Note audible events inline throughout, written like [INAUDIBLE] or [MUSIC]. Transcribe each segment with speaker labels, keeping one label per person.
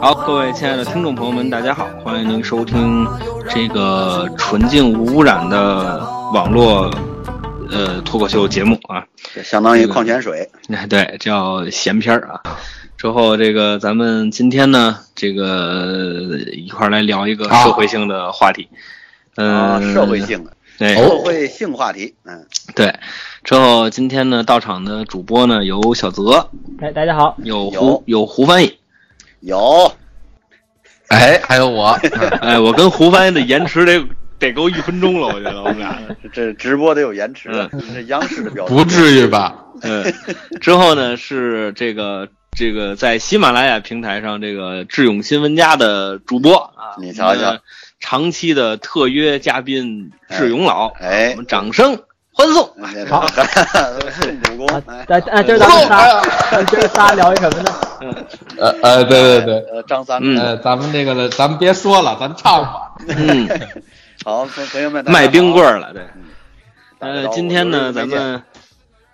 Speaker 1: 好，各位亲爱的听众朋友们，大家好，欢迎您收听这个纯净无污染的网络呃脱口秀节目啊， [LAUGHS]
Speaker 2: 这相当于矿
Speaker 1: 嗯
Speaker 2: 泉水。
Speaker 1: 那对叫闲篇儿啊。之后这个咱们今天呢，这个呃一块儿来聊一个社会性的话题，
Speaker 2: 啊，
Speaker 1: 嗯，
Speaker 2: 社会性哦的
Speaker 1: 对
Speaker 2: 社会性话题，嗯，
Speaker 1: 对。之后今天呢，到场的主播呢有小泽，
Speaker 3: 哎，大家好，
Speaker 1: 有胡有胡翻译，
Speaker 2: 有
Speaker 4: 哎，还有我，
Speaker 1: 哎，我跟胡翻译的延迟得得够一分钟了，我觉得我们俩。
Speaker 2: 这这直播得有延迟的，这央视的标准
Speaker 4: [LAUGHS] 不至于吧？
Speaker 1: 嗯，之后呢是这个这个在喜马拉雅平台上这个智勇新闻家的主播啊，
Speaker 2: 你瞧瞧
Speaker 1: 我们的长期的特约嘉宾智勇老，
Speaker 2: 哎
Speaker 1: 我们掌声欢送。
Speaker 3: 好，
Speaker 2: 宋主公，
Speaker 3: 啊，
Speaker 2: 哎
Speaker 3: 那那今儿咱们仨，那 [LAUGHS] 今儿仨聊一什么呢？
Speaker 4: 呃呃，对对对，
Speaker 2: 呃，张三，
Speaker 1: 嗯
Speaker 4: 呃，咱们这个，咱们别说了，咱唱吧。
Speaker 1: 嗯，
Speaker 2: [LAUGHS] 好，朋朋友们，大家好
Speaker 1: 卖冰棍，儿了，对。
Speaker 2: 大家
Speaker 1: 呃
Speaker 2: 好，
Speaker 1: 今天
Speaker 2: 我
Speaker 1: 呢，
Speaker 2: 是
Speaker 1: 咱
Speaker 2: 梅姐
Speaker 1: 们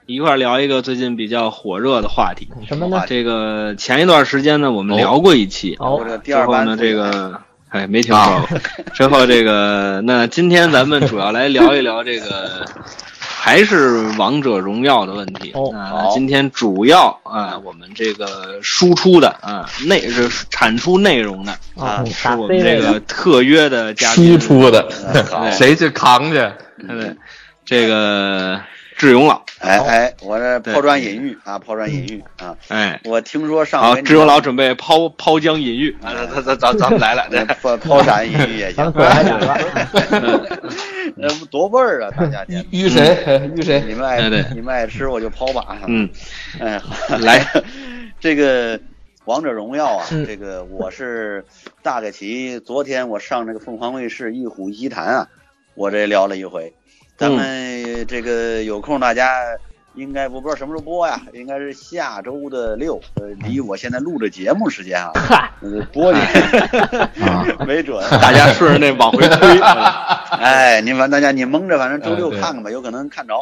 Speaker 1: 一块儿聊一个最近比较火热的话题。
Speaker 3: 什么呢？
Speaker 2: 哎
Speaker 1: [LAUGHS] 这个前一段时间呢，我们聊过一期，
Speaker 3: 哦
Speaker 2: 我，这第
Speaker 1: 之
Speaker 2: 二
Speaker 1: 后
Speaker 2: 班
Speaker 1: 呢，
Speaker 2: 同学啊
Speaker 1: 这个哎没听说过。之后这个，那今天咱们主要来聊一聊这个，还是王者荣耀的问题。
Speaker 3: 哦
Speaker 1: 啊
Speaker 2: 好，
Speaker 1: 今天主要啊，我们这个输出的啊内是产出内容的，
Speaker 3: 啊，
Speaker 2: 啊
Speaker 1: 是
Speaker 3: 啥
Speaker 1: 我
Speaker 3: C
Speaker 1: 们这
Speaker 3: 位的
Speaker 1: 个特约的嘉宾
Speaker 4: 输，出的
Speaker 2: 嗯好，
Speaker 4: [LAUGHS] 谁去扛去？
Speaker 1: 对，这个志勇老，
Speaker 2: 哎哎，我这
Speaker 1: 对
Speaker 2: 抛砖引玉啊，抛砖引玉啊，
Speaker 1: 哎，
Speaker 2: 我听说上
Speaker 1: 好，
Speaker 2: 回
Speaker 1: 志勇老准备抛抛浆引玉，啊，咱咱咱咱们来
Speaker 4: [LAUGHS]
Speaker 1: 了，对
Speaker 2: 你，抛抛砖引玉也行
Speaker 3: 咱们，过来点吧。
Speaker 2: [LAUGHS] 那不多味儿啊，大
Speaker 3: [LAUGHS]
Speaker 2: 家天，
Speaker 4: 淤谁？哎淤谁？
Speaker 2: 你们爱
Speaker 1: 对对
Speaker 2: 你们爱吃我就抛吧，
Speaker 1: 嗯，
Speaker 2: 哎，好
Speaker 1: 来，
Speaker 2: 这个《王者荣耀》啊，
Speaker 3: 嗯
Speaker 2: 这个我是大概其昨天我上这个凤凰卫视《一虎一谈》啊，我这聊了一回。咱们这个有空大家应该我不知道什么时候播呀，应该是下周的六，呃，离我现在录的节目时间啊，
Speaker 3: 嗨，
Speaker 2: 呃播去
Speaker 4: 啊，
Speaker 2: [LAUGHS] 没准。
Speaker 1: [LAUGHS] 大家顺着那往回
Speaker 2: [LAUGHS]
Speaker 1: 推，啊
Speaker 2: 哎，您反大家你蒙着，反正周六
Speaker 4: 哎对
Speaker 2: 看看吧，有可能看着。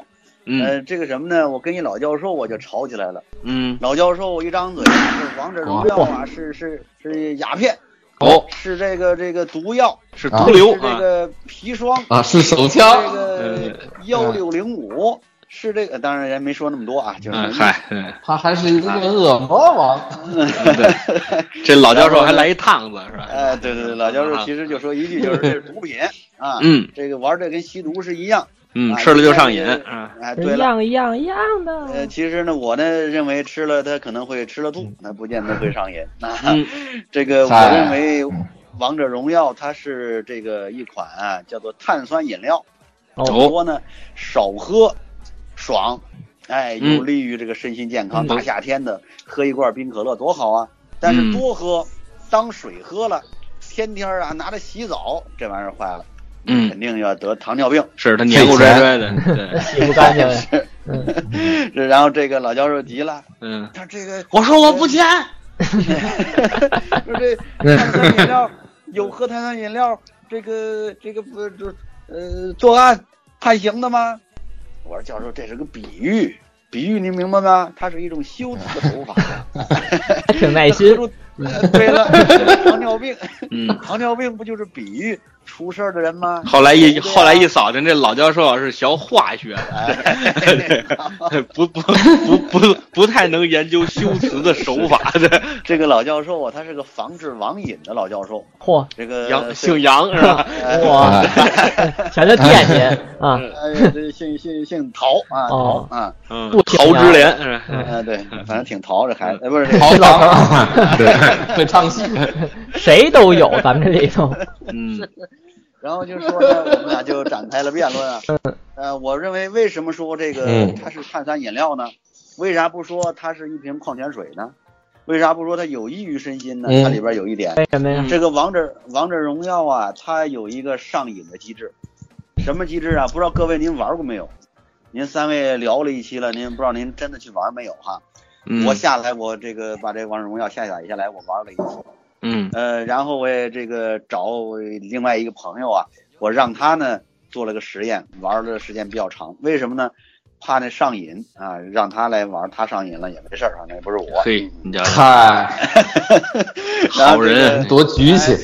Speaker 1: 嗯
Speaker 2: 呃，这个什么呢？我跟一老教授我就吵起来了。
Speaker 1: 嗯，
Speaker 2: 老教授一张嘴，这王者荣耀啊，是是是鸦片，
Speaker 1: 哦，
Speaker 2: 是这个这个毒药，
Speaker 1: 是
Speaker 4: 啊
Speaker 1: 毒瘤
Speaker 2: 是这
Speaker 1: 啊，
Speaker 2: 个砒霜，
Speaker 4: 啊，是手
Speaker 2: 是这
Speaker 4: 枪。
Speaker 2: 个幺
Speaker 1: 嗯
Speaker 2: 六零五，是这个，当然人没说那么多啊，就是
Speaker 1: 嗯，嗨，对
Speaker 4: [LAUGHS] 他还是一个恶魔王，
Speaker 1: 对，这老教授还来一趟子是吧？
Speaker 2: 哎，对对对，老教授其实就说一句，就是这是毒品啊，
Speaker 1: 啊嗯
Speaker 2: 这个玩这跟吸毒是一样，
Speaker 1: 嗯，
Speaker 2: 啊
Speaker 1: 吃了就上瘾
Speaker 2: 这个
Speaker 1: 啊，
Speaker 2: 哎，对
Speaker 3: 一
Speaker 2: 了。
Speaker 3: 样一样一样
Speaker 2: 呃，
Speaker 3: [LAUGHS] 的。
Speaker 2: 其实呢，我呢认为吃了它可能会吃了吐，那不见得会上瘾。那、
Speaker 1: 嗯
Speaker 2: [LAUGHS] 这个我
Speaker 4: 哎
Speaker 2: 认为
Speaker 4: 嗯
Speaker 2: 《王者荣耀》它是这个一款啊、叫做碳酸饮料，
Speaker 1: 哦
Speaker 2: 说呢少喝，爽，哎，
Speaker 1: 嗯
Speaker 2: 有利于这个身心健康。
Speaker 1: 嗯
Speaker 2: 大夏天的喝一罐冰可乐多好啊！但是
Speaker 1: 嗯
Speaker 2: 多喝当水喝了，天天啊拿它洗澡，这玩意儿坏了，
Speaker 1: 嗯，
Speaker 2: 肯定要得糖尿病。 [LAUGHS]
Speaker 1: 是他黏糊拽拽的，
Speaker 3: 那
Speaker 1: 对，
Speaker 3: 洗不干净呀。嗯，
Speaker 2: 这然后这个老教授急了，
Speaker 1: 嗯，
Speaker 2: 他这个
Speaker 1: 我说我不
Speaker 2: [LAUGHS]
Speaker 1: 签，[LAUGHS]
Speaker 2: 说这碳酸饮料有喝碳酸饮料，这个这个不就呃作案判刑的吗？我说教授，这是个比喻，比喻您明白吗？它是一种修辞
Speaker 1: [LAUGHS]
Speaker 2: 的手法。
Speaker 3: 还挺耐
Speaker 2: 喝 [LAUGHS]
Speaker 3: 心。
Speaker 2: 出呃对了，糖尿病， [LAUGHS]
Speaker 1: 嗯。
Speaker 2: 糖尿病不就是比喻出事儿的人吗？
Speaker 1: 后来一后来一扫听，这老教授是学化学
Speaker 2: [LAUGHS] 哎
Speaker 1: [LAUGHS] 的，不不不不不太能研究修辞的手法的，
Speaker 2: 这个老教授啊，他是个防治网瘾的老教授，
Speaker 3: 嚯，
Speaker 2: 这个
Speaker 1: 杨姓杨是吧？
Speaker 3: 哇，
Speaker 4: 哎
Speaker 3: 全都惦记啊！
Speaker 2: 哎，这姓姓姓陶啊，
Speaker 3: 哦
Speaker 2: 陶啊，
Speaker 1: 嗯，
Speaker 3: 不
Speaker 1: 陶
Speaker 3: 姓杨
Speaker 1: 之莲是吧？
Speaker 3: 嗯
Speaker 2: 哎，对，反正挺淘这孩子，哎，
Speaker 4: [LAUGHS]
Speaker 2: 不是这个
Speaker 4: 逃亡， [LAUGHS] 对，会唱戏。
Speaker 3: 谁都有，咱们这里头。
Speaker 1: 嗯
Speaker 2: 然后就说呢，我们俩就展开了辩论啊。呃，我认为为什么说这个
Speaker 4: 嗯
Speaker 2: 它是碳酸饮料呢？为啥不说它是一瓶矿泉水呢？为啥不说它有益于身心呢？
Speaker 4: 嗯
Speaker 2: 它里边有一点，
Speaker 3: 为什么呀？
Speaker 2: 这个王者王者荣耀啊，它有一个上瘾的机制，什么机制啊？不知道各位您玩过没有？您三位聊了一期了，您不知道您真的去玩没有哈？
Speaker 1: 嗯，
Speaker 2: 我下来，我这个把这王者荣耀下载下来，我玩了一期。
Speaker 1: 嗯
Speaker 2: 呃，然后我也这个找我另外一个朋友啊，我让他呢做了个实验，玩儿的时间比较长。为什么呢？怕那上瘾啊，让他来玩，他上瘾了也没事儿，反啊正也不是我。
Speaker 1: 嘿，你家
Speaker 4: 嗨，
Speaker 2: 然后
Speaker 1: 好人
Speaker 2: 这个
Speaker 4: 多举起，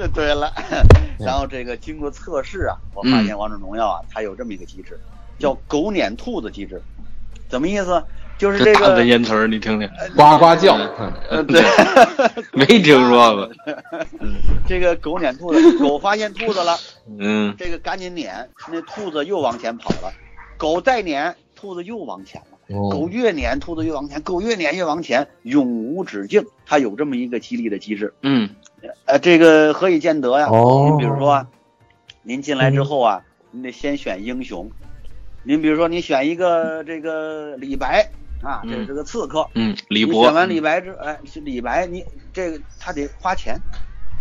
Speaker 2: 哎 [LAUGHS] 对了， [LAUGHS] 然后这个经过测试啊，我
Speaker 1: 嗯
Speaker 2: 发现王者荣耀啊，它有这么一个机制，叫“狗撵兔子机制”，怎么意思？就是
Speaker 1: 这
Speaker 2: 这
Speaker 1: 大文
Speaker 2: 个
Speaker 1: 言词儿，你听听，
Speaker 4: 呱呱叫，嗯
Speaker 2: 呃，对，
Speaker 1: 没听说过。
Speaker 2: 这个狗撵兔子，狗发现兔子了，
Speaker 1: 嗯，
Speaker 2: 这个赶紧撵，那兔子又往前跑了，狗再撵，兔子又往前了，狗
Speaker 4: 哦，
Speaker 2: 越撵，兔子越往前，狗越撵越往前，永无止境，它有这么一个激励的机制。
Speaker 1: 嗯，
Speaker 2: 呃，这个何以见得呀？您
Speaker 4: 哦
Speaker 2: 比如说啊，您进来之后啊，您得先选英雄。您比如说，你选一个这个李白啊，这
Speaker 1: 嗯
Speaker 2: 是个刺客。
Speaker 1: 嗯，李
Speaker 2: 你
Speaker 1: 博，
Speaker 2: 选完李白之，哎，是李白，你这个他得花钱，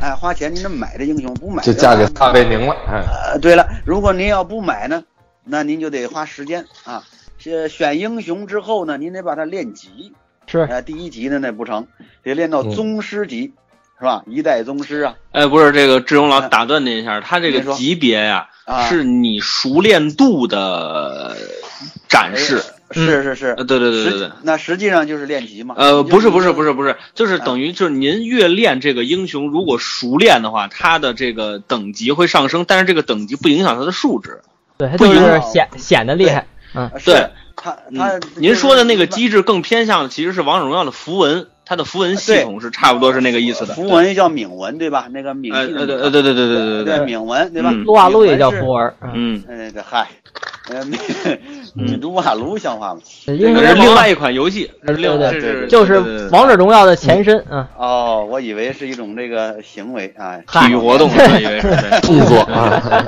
Speaker 2: 哎，花钱您得买这英雄，不买
Speaker 4: 就
Speaker 2: 的
Speaker 4: 嫁
Speaker 2: 话
Speaker 4: 给撒贝宁了， [LAUGHS] 哎，
Speaker 2: 呃，对了，如果您要不买呢，那您就得花时间啊。这选英雄之后呢，您得把它练级，
Speaker 3: 是
Speaker 2: 呃，第一级的那不成，得练到
Speaker 4: 嗯
Speaker 2: 宗师级，是吧？一代宗师啊，
Speaker 1: 哎，不是这个志勇老打断您一下，他这
Speaker 2: 您
Speaker 1: 个
Speaker 2: 说
Speaker 1: 级别呀、
Speaker 2: 啊，
Speaker 1: 是你熟练度的展示。
Speaker 2: 哎是是是
Speaker 1: 呃，，对对对
Speaker 2: 实
Speaker 1: 对对
Speaker 2: 际。那实际上就是练级嘛。
Speaker 1: 呃，
Speaker 2: 你
Speaker 1: 不
Speaker 2: 就是
Speaker 1: 不是不
Speaker 2: 是，
Speaker 1: 是不是，就是
Speaker 2: 啊
Speaker 1: 等于就是您越练这个英雄，如果熟练的话，他的这个等级会上升，但是这个等级不影响他的数值。
Speaker 3: 对，他
Speaker 1: 不
Speaker 3: 就
Speaker 1: 一
Speaker 3: 是
Speaker 2: 样
Speaker 3: 显显得厉害，
Speaker 2: 呃是
Speaker 1: 对
Speaker 2: 他他
Speaker 1: 嗯，您说的那个
Speaker 2: 机
Speaker 1: 机制更偏向的其实是王者荣耀的符文，它的符文系统是差不多是那个意思的。
Speaker 2: 啊符文叫铭文对吧？那个铭
Speaker 1: 呃
Speaker 2: 记
Speaker 1: 呃
Speaker 2: 的
Speaker 1: 对
Speaker 2: 铭
Speaker 1: 呃对对对对对对，
Speaker 2: 对铭文对吧？
Speaker 1: 嗯
Speaker 3: 撸啊撸也
Speaker 2: 铭文
Speaker 3: 叫
Speaker 2: 是
Speaker 3: 符。文，嗯，
Speaker 1: 嗯，
Speaker 2: 嗯，对，嗨，呃， [LAUGHS] 没
Speaker 1: 嗯
Speaker 2: 撸啊撸像话吗？
Speaker 1: 那
Speaker 3: 英雄
Speaker 1: 是
Speaker 3: 联
Speaker 1: 另
Speaker 3: 盟
Speaker 1: 外一款游戏，
Speaker 3: 对
Speaker 1: 另
Speaker 3: 对
Speaker 1: 这是
Speaker 3: 就是王者荣耀的前身，嗯，
Speaker 2: 哦，我以为是一种这个行为啊，
Speaker 1: [LAUGHS] 体育活动，我以为是。对
Speaker 4: [LAUGHS] 动作啊，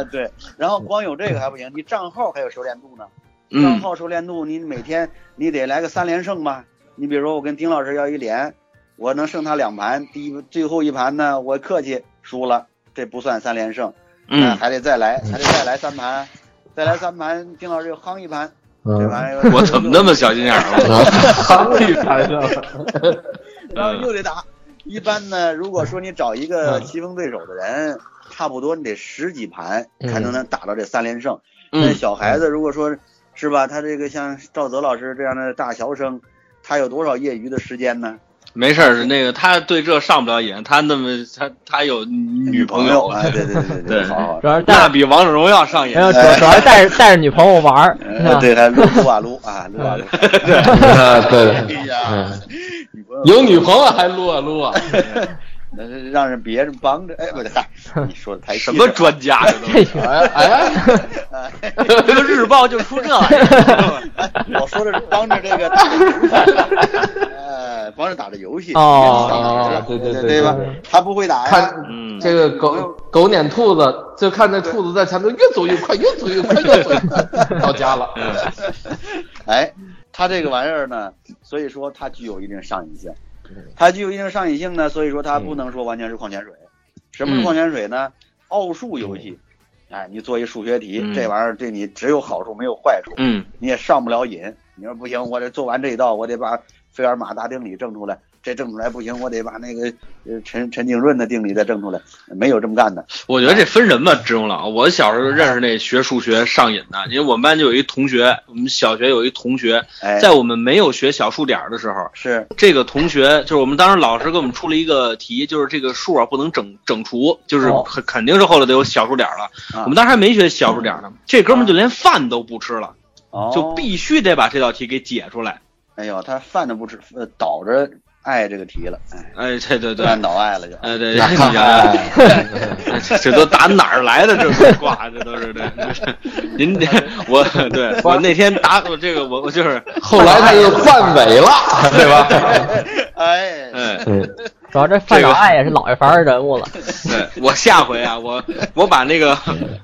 Speaker 2: 啊 [LAUGHS] 对。然后光有这个还不行，你账号还有熟练度呢。账
Speaker 1: 嗯
Speaker 2: 号熟练度，你每天你得来个三连胜吧。你比如说我跟丁老师要一连，我能胜他两盘，第一最后一盘呢我客气输了，这不算三连胜，那
Speaker 1: 嗯，
Speaker 2: 还得再来，还得再来三盘，再来三盘，丁老师又夯一盘，
Speaker 4: [LAUGHS]
Speaker 2: 这
Speaker 4: 嗯，
Speaker 2: 玩意儿
Speaker 1: 我怎么那么小心眼儿啊？
Speaker 4: 行里谈上了，
Speaker 2: 然后又得打。
Speaker 1: 嗯
Speaker 2: 一般呢，如果说你找一个棋逢对手的人，差不多你得十几盘才能能打到这三连胜。那
Speaker 1: 嗯
Speaker 2: 小孩子如果说是吧，他这个像赵泽老师这样的大学生，他有多少业余的时间呢？
Speaker 1: 没事儿，那个他对这上不了瘾，他那么他他有女朋
Speaker 2: 友
Speaker 1: 友，
Speaker 2: 啊，对对对
Speaker 1: [LAUGHS]
Speaker 2: 对
Speaker 1: 对
Speaker 2: 好好
Speaker 3: 主。要是带
Speaker 1: 那比王者荣耀上瘾
Speaker 3: 然。后主主要是带着带着女朋友玩儿，是
Speaker 2: 呃
Speaker 3: 吧？
Speaker 2: 对，他撸撸啊撸啊撸啊
Speaker 1: [LAUGHS]
Speaker 2: 撸，[LAUGHS]
Speaker 4: 啊 [LAUGHS] 对
Speaker 2: 哎
Speaker 4: 对，
Speaker 2: 呀，
Speaker 4: 嗯，
Speaker 2: 女朋友
Speaker 4: 有女朋友还撸啊撸啊，
Speaker 2: 那是让人别人帮着，哎，
Speaker 1: [LAUGHS]
Speaker 2: 不对，嗨你说的太细
Speaker 1: 什么
Speaker 2: 了 [LAUGHS]
Speaker 1: 专家呀？
Speaker 3: 这个
Speaker 4: 哎哎，
Speaker 1: 都这个日报就出这玩意儿， [LAUGHS]
Speaker 2: 我
Speaker 3: [LAUGHS]
Speaker 2: 说的是帮着这个，呃，帮着打着游戏。
Speaker 4: 哦
Speaker 2: 对
Speaker 4: 对对
Speaker 2: 对
Speaker 4: 对
Speaker 2: 吧？他不会打呀。
Speaker 4: 看
Speaker 1: 嗯，
Speaker 4: 这个狗狗撵兔子，就看那兔子在前头越走越快，越走越快，越走越快，到家了。
Speaker 2: 哎，他这个玩意儿呢，所以说它具有一定上瘾性，它具有一定上瘾性呢，所以说它不能说完全是矿泉水。什么是矿泉水
Speaker 4: 嗯
Speaker 2: 呢？奥数游戏，哎，你做一数学题，
Speaker 1: 嗯
Speaker 2: 这玩意儿对你只有好处没有坏处，
Speaker 1: 嗯，
Speaker 2: 你也上不了瘾。你说不行，我得做完这一道，我得把费尔马大定理证出来。这证出来不行，我得把那个呃陈陈景润的定理再证出来，没有这么干的。
Speaker 1: 我觉得这分人吧，志勇老。我小时候认识那学数学上瘾的，因为我们班就有一同学，我们小学有一同学，
Speaker 2: 哎，
Speaker 1: 在我们没有学小数点儿的时候，
Speaker 2: 是
Speaker 1: 这个同学就是我们当时老师给我们出了一个题，就是这个数啊不能整整除，就是
Speaker 3: 哦
Speaker 1: 肯肯定是后来得有小数点儿了。
Speaker 2: 啊
Speaker 1: 我们当时还没学小数点儿呢，这哥们儿就连饭都不吃了，就
Speaker 2: 哦，
Speaker 1: 必须得把这道题给解出来。
Speaker 2: 哎呦，他饭都不吃，呃，倒着爱这个题了，哎，
Speaker 1: 哎，对对对，
Speaker 2: 饭倒爱
Speaker 1: [LAUGHS]
Speaker 2: 了就。
Speaker 1: 哎对，你想想。这 [LAUGHS] 这都打哪儿来的这种卦？这都是这，您这我对我那天打我这个我我就是，
Speaker 4: 后来他就换尾了，对吧？
Speaker 2: 哎，
Speaker 1: [LAUGHS] 哎，
Speaker 4: 嗯，
Speaker 3: 主要这范老爱也是老一伐的人物了，
Speaker 1: 对我下回啊，我我把那个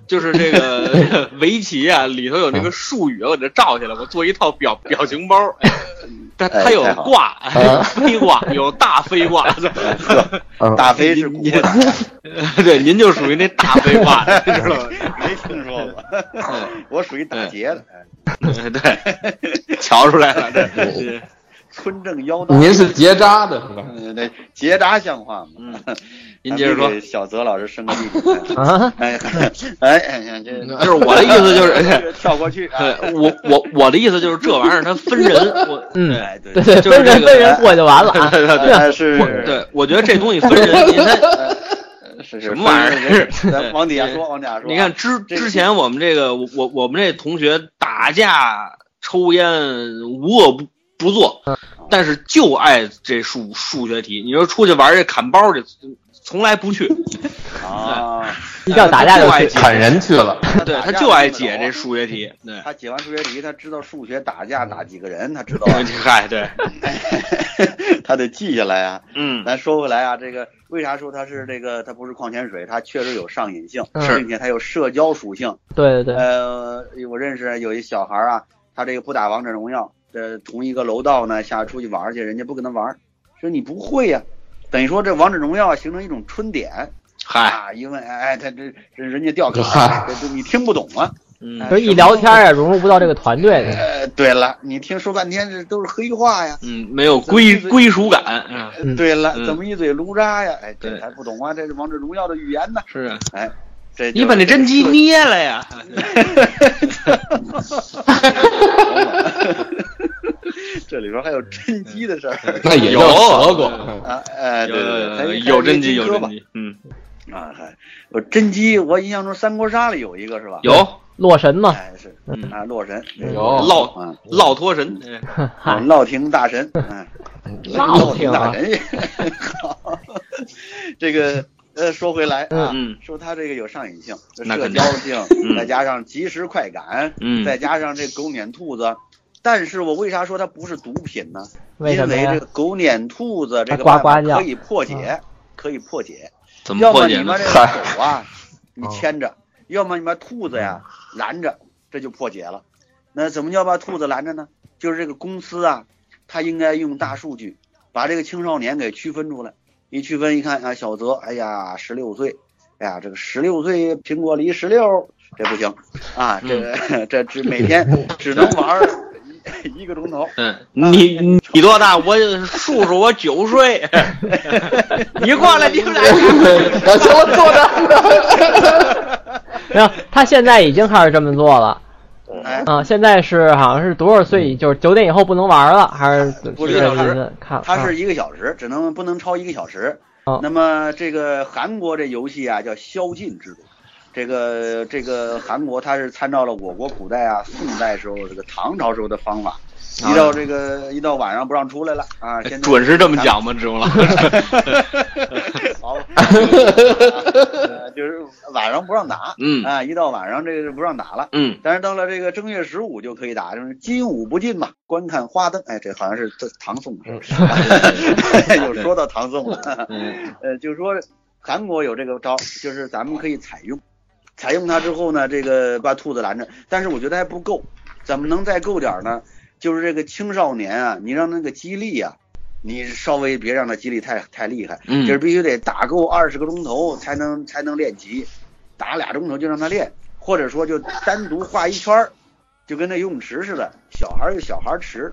Speaker 1: 就是这个围棋啊里头有那个术语，我给它照下来，我做一套表表情包。哎它它有
Speaker 2: 哎太好
Speaker 1: 卦，哎飞卦有大飞卦，嗯
Speaker 2: 大飞是古惑仔，
Speaker 1: 对，您就属于那大飞卦，你知道吗？
Speaker 2: 没听说过， [LAUGHS] 我属于打劫的，哎
Speaker 1: 对，瞧出来了，这
Speaker 2: 村正妖道。呃
Speaker 4: 您是结扎的是吧？
Speaker 2: 嗯，那结扎像话吗？
Speaker 1: 嗯，您接着
Speaker 2: 咱
Speaker 1: 说
Speaker 2: 们，给小泽老师升个地
Speaker 3: [LAUGHS]
Speaker 2: 址。
Speaker 3: 啊，
Speaker 2: 哎哎哎哎，这
Speaker 1: 嗯就是我的意思
Speaker 2: [LAUGHS]
Speaker 1: 就是，
Speaker 2: 跳过去啊。
Speaker 1: 呃我我我的意思就是这玩意儿它分人，我
Speaker 3: 嗯，
Speaker 2: 哎对
Speaker 3: 对对，
Speaker 1: 就是
Speaker 3: 分人
Speaker 1: 这个哎
Speaker 3: 分人过就完了
Speaker 1: [LAUGHS]
Speaker 3: 啊。
Speaker 1: 对对对
Speaker 2: 但哎是
Speaker 1: 对，我觉得这东西分人，
Speaker 3: [LAUGHS]
Speaker 1: 你看
Speaker 2: 呃是是
Speaker 1: 什么玩意儿？
Speaker 2: 咱往底下说，往底下说。啊
Speaker 1: 你看，之
Speaker 2: 这个
Speaker 1: 之前我们这个我我我们这同学打架、抽烟，无恶不不作，
Speaker 3: 嗯
Speaker 1: 但是就爱这数数学题。你说出去玩这砍包去，从来不去，呃
Speaker 2: 啊，
Speaker 3: [LAUGHS] 一叫打架就
Speaker 1: 就爱
Speaker 3: 去，
Speaker 1: 解，
Speaker 4: 砍人去了，
Speaker 1: 对他就爱解这啊数学 [LAUGHS] 题，对。
Speaker 2: 他解完数学题，他知道数学打架打几个人，他知道啊，
Speaker 1: 嗨，对，
Speaker 2: 他得记下来啊。
Speaker 1: 嗯，
Speaker 2: 咱说回来啊，这个为啥说它是这个？它不是矿泉水，它确实有上瘾性，
Speaker 1: 是
Speaker 2: 并且它有社交属性。
Speaker 3: 嗯对对对，
Speaker 2: 呃，我认识有一小孩啊，他这个不打王者荣耀，呃，同一个楼道呢下出去玩儿去，人家不跟他玩儿，说你不会呀、等于说这王者荣耀形成一种春点
Speaker 1: 嗨，
Speaker 2: 啊，因为哎，他这这人家掉卡
Speaker 4: 嗨，
Speaker 2: 这这你听不懂啊。
Speaker 1: 嗯
Speaker 2: 哎
Speaker 3: 就是一聊天啊，融入不到这个团队里。
Speaker 2: 呃，对了，你听说半天这都是黑话呀。
Speaker 1: 嗯，没有归归属感，嗯，
Speaker 3: 嗯
Speaker 2: 对了，
Speaker 1: 嗯
Speaker 2: 怎么一嘴卢渣呀？哎，这
Speaker 1: 对
Speaker 2: 还不懂啊，这是王者荣耀的语言呢。哎
Speaker 1: 是啊，
Speaker 2: 这
Speaker 1: 你把那真机捏了呀，
Speaker 2: [LAUGHS] 这里边还有真机的事儿
Speaker 1: [LAUGHS]
Speaker 4: 那也
Speaker 1: 有
Speaker 4: 叫蛇过。
Speaker 2: 啊！哎，
Speaker 1: 有
Speaker 2: 对对对，
Speaker 1: 有
Speaker 2: 咱
Speaker 1: 有真机有
Speaker 2: 咱先说吧
Speaker 1: 真机，嗯，
Speaker 2: 啊！嗨，我真机，我印象中三国杀里有一个是吧？
Speaker 1: 有哦
Speaker 3: 洛神嘛，
Speaker 2: 哎是
Speaker 1: 嗯
Speaker 2: 啊，洛神
Speaker 4: 有 [LAUGHS]
Speaker 1: 烙
Speaker 2: 啊，
Speaker 1: 烙脱神，嗯
Speaker 2: 哎
Speaker 3: [LAUGHS] 嗨，
Speaker 2: 烙亭大神，嗯，
Speaker 3: 烙
Speaker 2: 亭
Speaker 3: 亭
Speaker 2: 大
Speaker 3: 啊
Speaker 2: 神， [LAUGHS] 好，这个呃，说回来啊，
Speaker 1: 嗯
Speaker 2: 说他这个有上瘾性、
Speaker 1: 那
Speaker 2: 社
Speaker 1: 肯
Speaker 2: 交
Speaker 1: 定
Speaker 2: 性，
Speaker 1: 嗯
Speaker 2: 再加上即时快感，
Speaker 1: 嗯
Speaker 2: 再加上这狗撵兔子。但是我为啥说它不是毒品呢？
Speaker 3: 为什么
Speaker 2: 因为
Speaker 3: 呀
Speaker 2: 这个？狗撵兔子这个
Speaker 3: 它呱呱
Speaker 2: 办法
Speaker 3: 叫嗯
Speaker 2: 可以破解，可以破解。
Speaker 1: 怎么
Speaker 2: 要
Speaker 1: 破
Speaker 2: 么
Speaker 1: 解
Speaker 2: 你
Speaker 1: 呢
Speaker 2: 把？这个狗啊，你牵着；要么你把兔子呀拦着，这就破解了。那怎么叫把兔子拦着呢？就是这个公司啊，它应该用大数据把这个青少年给区分出来。一区分一看啊，小泽，哎呀，十六岁，哎呀，这个十六岁苹果离十六，这不行啊，
Speaker 1: 嗯
Speaker 2: 这个 [LAUGHS] 这只每天只能玩
Speaker 1: [LAUGHS]
Speaker 2: 儿一一个钟头。
Speaker 1: 嗯，你你你多大？我叔叔我九岁， [LAUGHS] 你过来，你们俩 [LAUGHS]
Speaker 4: 哎行了，坐着。
Speaker 3: [LAUGHS] 没有，他现在已经开始这么做了。
Speaker 2: 哎，
Speaker 3: 啊，现在是好像是多少岁？就是九点以后不能玩了，还是
Speaker 2: 哎不
Speaker 1: 是
Speaker 3: 是
Speaker 1: 老师
Speaker 3: 是看？
Speaker 2: 它
Speaker 3: 啊
Speaker 2: 是一个小时，只能不能超一个小时
Speaker 3: 哦。
Speaker 2: 那么这个韩国这游戏啊叫宵禁制度，这个这个韩国它是参照了我国古代啊宋代时候这个唐朝时候的方法，
Speaker 3: 啊
Speaker 2: 一到这个一到晚上不让出来了啊，现在
Speaker 1: 哎准是这么讲 [LAUGHS] 吗？志宏老师，
Speaker 2: [LAUGHS] 好
Speaker 3: [LAUGHS]
Speaker 2: 吧，呃就是晚上不让打
Speaker 1: 嗯
Speaker 2: 啊，一到晚上这个是不让打了。
Speaker 1: 嗯，
Speaker 2: 但是到了这个正月十五就可以打，就是金午不进嘛，观看花灯。哎，这好像是这唐宋的时候， [LAUGHS] 又说到唐宋了。
Speaker 1: 嗯
Speaker 2: 呃，就是说韩国有这个招，就是咱们可以采用，采用它之后呢，这个把兔子拦着，但是我觉得还不够，怎么能再够点儿呢？就是这个青少年啊，你让那个激励啊，你稍微别让他激励太太厉害，
Speaker 1: 嗯
Speaker 2: 就是必须得打够二十个钟头才能才能练级，打俩钟头就让他练，或者说就单独画一圈儿，就跟那游泳池似的，小孩儿有小孩儿池，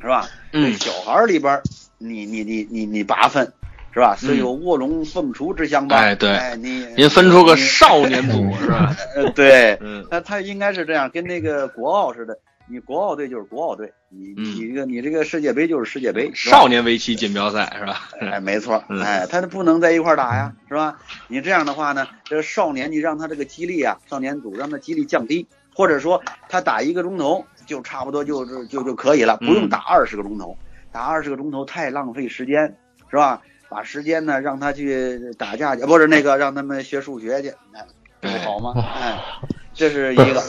Speaker 2: 是吧？
Speaker 1: 嗯
Speaker 2: 小孩儿里边儿，你你你你你拔分，是吧？虽有卧龙凤雏之相
Speaker 1: 嗯
Speaker 2: 伴。
Speaker 1: 哎对
Speaker 2: 哎你
Speaker 1: 您分出个
Speaker 2: 你
Speaker 1: 少年组是吧？
Speaker 2: 呃对，
Speaker 1: 嗯
Speaker 2: 他他应该是这样，跟那个国奥似的，你国奥队就是国奥队，你
Speaker 1: 嗯
Speaker 2: 你这个你这个世界杯就是世界杯，是吧
Speaker 1: 哎少年围棋锦标赛是吧？
Speaker 2: 哎，没错，
Speaker 1: 嗯
Speaker 2: 哎，他不能在一块儿打呀，是吧？你这样的话呢，这个少年你让他这个激励啊，少年组让他激励降低，或者说他打一个钟头就差不多就就就就可以了，不
Speaker 1: 嗯
Speaker 2: 用打二十个钟头，打二十个钟头太浪费时间，是吧？把时间呢让他去打架去，不是那个让他们学数学去，哎，这不好吗？哎，这是一个，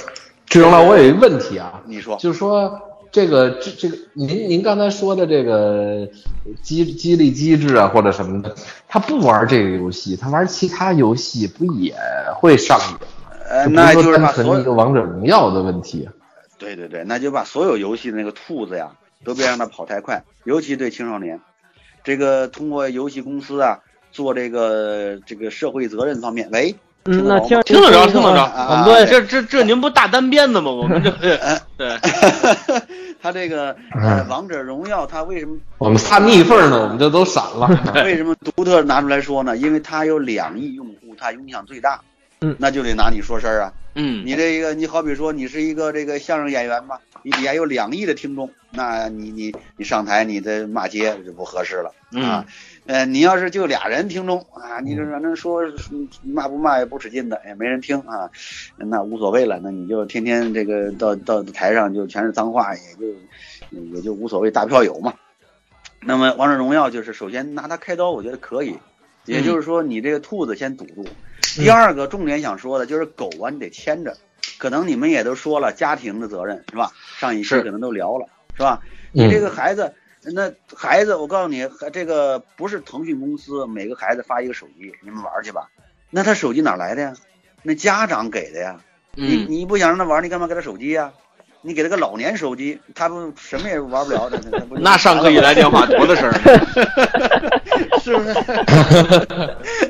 Speaker 4: 志荣老，我有一个问题啊，
Speaker 2: 你说，
Speaker 4: 就是说这个这这个您您刚才说的这个激激励机制啊或者什么的，他不玩这个游戏，他玩其他游戏不也会上瘾吗？
Speaker 2: 呃，
Speaker 4: 这不
Speaker 2: 那
Speaker 4: 说
Speaker 2: 就是把
Speaker 4: 单
Speaker 2: 所
Speaker 4: 纯
Speaker 2: 有，
Speaker 4: 一个王者荣耀的问题啊。
Speaker 2: 对对对，那就把所有游戏的那个兔子呀，都别让它跑太快，尤其对青少年。这个通过游戏公司啊，做这个这个社会责任方面，喂，听
Speaker 3: 嗯，
Speaker 2: 得
Speaker 3: 那
Speaker 2: 懂
Speaker 3: 听
Speaker 2: 吗
Speaker 1: [LAUGHS] 听得着
Speaker 3: 听
Speaker 1: 听得着
Speaker 3: 我们都
Speaker 2: 啊呃
Speaker 3: 也
Speaker 1: 这这这您不大单鞭子吗？我们这对，
Speaker 2: [LAUGHS] 他这个呃，
Speaker 4: 嗯，
Speaker 2: 王者荣耀它为什么
Speaker 4: 我们仨蜜缝呢，我们就都闪了。
Speaker 2: 为什么独特拿出来说呢？因为它有两亿用户，它影响最大。
Speaker 3: 嗯
Speaker 2: 那就得拿你说事儿啊！
Speaker 1: 嗯，
Speaker 2: 你这个，你好比说你是一个这个相声演员吧，你底下有两亿的听众，那你你你上台你的骂街就不合适了。
Speaker 1: 嗯
Speaker 2: 啊，呃，你要是就俩人听众啊，你就反正说嗯骂不骂也不使劲的，也没人听啊，那无所谓了。那你就天天这个到到台上就全是脏话，也就也就无所谓大票友嘛。那么王者荣耀就是首先拿它开刀，我觉得可以，也就是说你这个兔子先堵住。第二个重点想说的就是狗啊，你得牵着。可能你们也都说了家庭的责任是吧？上一期
Speaker 1: 是
Speaker 2: 可能都聊了是吧？你这
Speaker 4: 嗯，
Speaker 2: 个孩子，那孩子，我告诉你，这个不是腾讯公司每个孩子发一个手机，你们玩儿去吧。那他手机哪来的呀？那家长给的呀。你
Speaker 1: 嗯，
Speaker 2: 你不想让他玩儿，你干嘛给他手机呀？你给他个老年手机，他不什么也玩不了，那那不
Speaker 1: [LAUGHS]
Speaker 2: 就
Speaker 1: 那上课一来电话多的事儿，
Speaker 2: [LAUGHS] 是不是？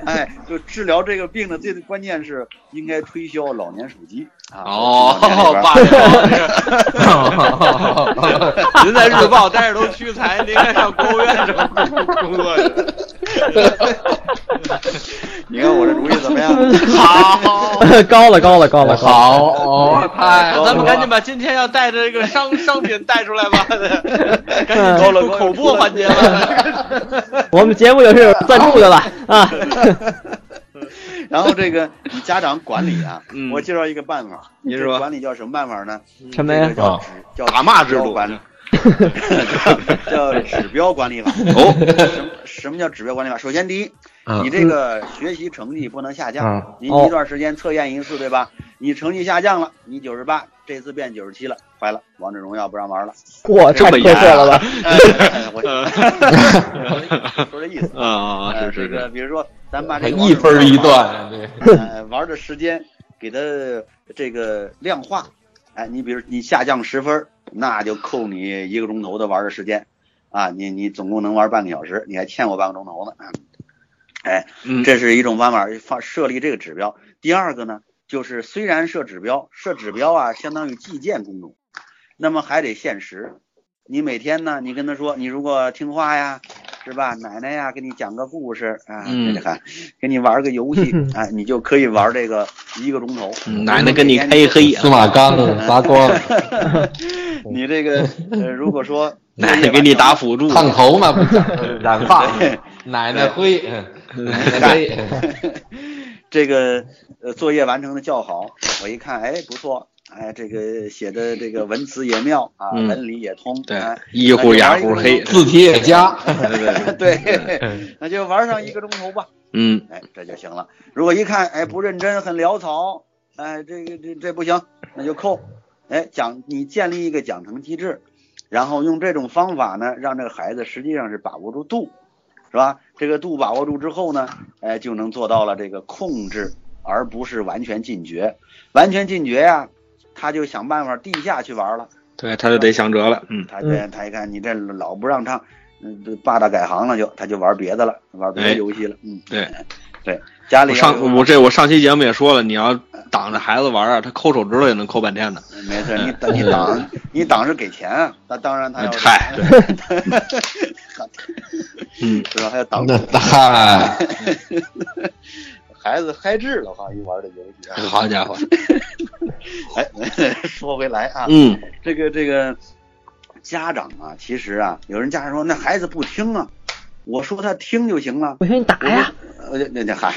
Speaker 2: [LAUGHS] 哎，就治疗这个病的最关键是应该推销老年手机啊。
Speaker 1: 哦
Speaker 2: 老年里边儿，
Speaker 1: 爸，
Speaker 2: [LAUGHS]
Speaker 1: 您在日报待着都屈才，您应该上国务院什么工作去？
Speaker 2: 你看我 [LAUGHS] 这主意怎么样？ [LAUGHS]
Speaker 1: [LAUGHS] 好。
Speaker 3: [LAUGHS] 高了高了高了高了，
Speaker 4: 好哦，太
Speaker 1: 那
Speaker 4: 好
Speaker 1: 咱们
Speaker 4: 了
Speaker 1: 赶紧把今天要带的这个
Speaker 2: [LAUGHS]
Speaker 1: 商商品带出来吧，赶紧
Speaker 3: 嗯
Speaker 1: 进入口播环节了。
Speaker 3: 我们节目也是有赞助的了
Speaker 2: [LAUGHS]
Speaker 3: 啊，
Speaker 2: 然后这个你家长管理啊，
Speaker 1: 嗯
Speaker 2: 我介绍一个办法。
Speaker 1: 您
Speaker 2: 这
Speaker 1: 说嗯哦
Speaker 2: 管理叫什么办法呢？
Speaker 3: 什么
Speaker 2: 这
Speaker 3: 呀
Speaker 2: 个？叫
Speaker 4: 啊
Speaker 2: 指叫
Speaker 1: 打骂制
Speaker 2: 指标
Speaker 1: 度 [LAUGHS]
Speaker 2: 管理，叫叫指标管理法。
Speaker 1: 哦，
Speaker 2: 什么什么叫指标管理法？首先，第一，
Speaker 4: 嗯
Speaker 1: 啊
Speaker 2: 你这个学习成绩不能下降。
Speaker 4: 嗯
Speaker 2: 你
Speaker 3: 哦
Speaker 2: 一段时间测验一次，对吧？你成绩下降了，你九十八，这次变九十七了，坏了，王者荣耀不
Speaker 1: [LAUGHS]
Speaker 2: 让玩了。
Speaker 3: 哇，
Speaker 1: 这么
Speaker 3: 太
Speaker 1: 严
Speaker 3: 苛
Speaker 1: 啊
Speaker 3: 刻了吧？
Speaker 2: 哎哎
Speaker 1: [LAUGHS]
Speaker 2: 我
Speaker 1: 呃
Speaker 2: 说这意思。
Speaker 1: 啊啊
Speaker 2: 呃
Speaker 1: 啊，是
Speaker 2: 这
Speaker 1: 是
Speaker 2: 个，
Speaker 1: 是，
Speaker 2: 比如说，咱把
Speaker 4: 还
Speaker 2: 这个
Speaker 4: 哎一分儿一
Speaker 2: 段。
Speaker 4: 段，这 [LAUGHS]
Speaker 2: 呃，玩的时间给它这个量化。哎，你比如你下降十分儿，那就扣你一个钟头的玩的时间，啊，你你总共能玩半个小时，你还欠我半个钟头呢。啊
Speaker 1: 嗯，
Speaker 2: 这是一种方法，放设立这个指标。第二个呢，就是虽然设指标，设指标啊，相当于计件工种，那么还得限时。你每天呢，你跟他说，你如果听话呀，是吧？奶奶呀，给你讲个故事啊，
Speaker 1: 嗯
Speaker 2: 这个给你玩个游戏 [LAUGHS] 啊，你就可以玩这个一个钟头。
Speaker 1: 嗯奶奶跟你开一黑眼
Speaker 4: 司，马刚砸光了，
Speaker 2: 你这个呃，如果说
Speaker 1: 嗯 [LAUGHS] 奶奶给你
Speaker 2: [LAUGHS]
Speaker 1: 打辅助，
Speaker 4: 烫头嘛，不讲染发，奶奶灰，奶奶黑，
Speaker 2: [LAUGHS] 这个呃作业完成的较好，我一看，哎，不错，哎，这个写的这个文辞也妙啊，
Speaker 1: 嗯
Speaker 2: 文理也通，
Speaker 1: 对
Speaker 2: 哎，
Speaker 1: 一户雅户黑，
Speaker 4: 字体也佳，
Speaker 1: 对对，
Speaker 2: [LAUGHS] 对，那就玩上一个钟头吧，
Speaker 1: 嗯
Speaker 2: 哎，这就行了。如果一看，哎，不认真，很潦草，哎，这个这这不行，那就扣。哎，奖你建立一个奖惩机制，然后用这种方法呢，让这个孩子实际上是把握住度，是吧？这个度把握住之后呢，哎，就能做到了这个控制，而不是完全禁绝。完全禁绝呀、他就想办法地下去玩了。
Speaker 1: 对，他就得想辙了，嗯
Speaker 2: 他这他一看你这老不让唱，嗯，这爸爸改行了就，他就玩别的了，玩别
Speaker 1: 哎
Speaker 2: 的游戏了，嗯，
Speaker 1: 对
Speaker 2: 对，家里
Speaker 1: 我
Speaker 2: 要是
Speaker 1: 上我这我上期节目也说了，你要挡着孩子玩啊，他抠手指头也能抠半天呢。
Speaker 2: 没事，你挡你挡你挡是给钱啊，那当然他要
Speaker 1: 嗨
Speaker 2: [LAUGHS]
Speaker 1: 嗯，
Speaker 2: 是吧？还要挡
Speaker 4: 那嗨，
Speaker 2: 孩子嗨智了哈，一玩这游戏啊，
Speaker 1: [LAUGHS] 好家伙，
Speaker 2: 哎， [LAUGHS] 说回来啊，
Speaker 1: 嗯
Speaker 2: 这个这个家长啊，其实啊，有人家长说那孩子不听啊，我说他听就行了。
Speaker 3: 我说你打哎
Speaker 2: [LAUGHS]
Speaker 3: 呀，
Speaker 2: 呃，那那嗨，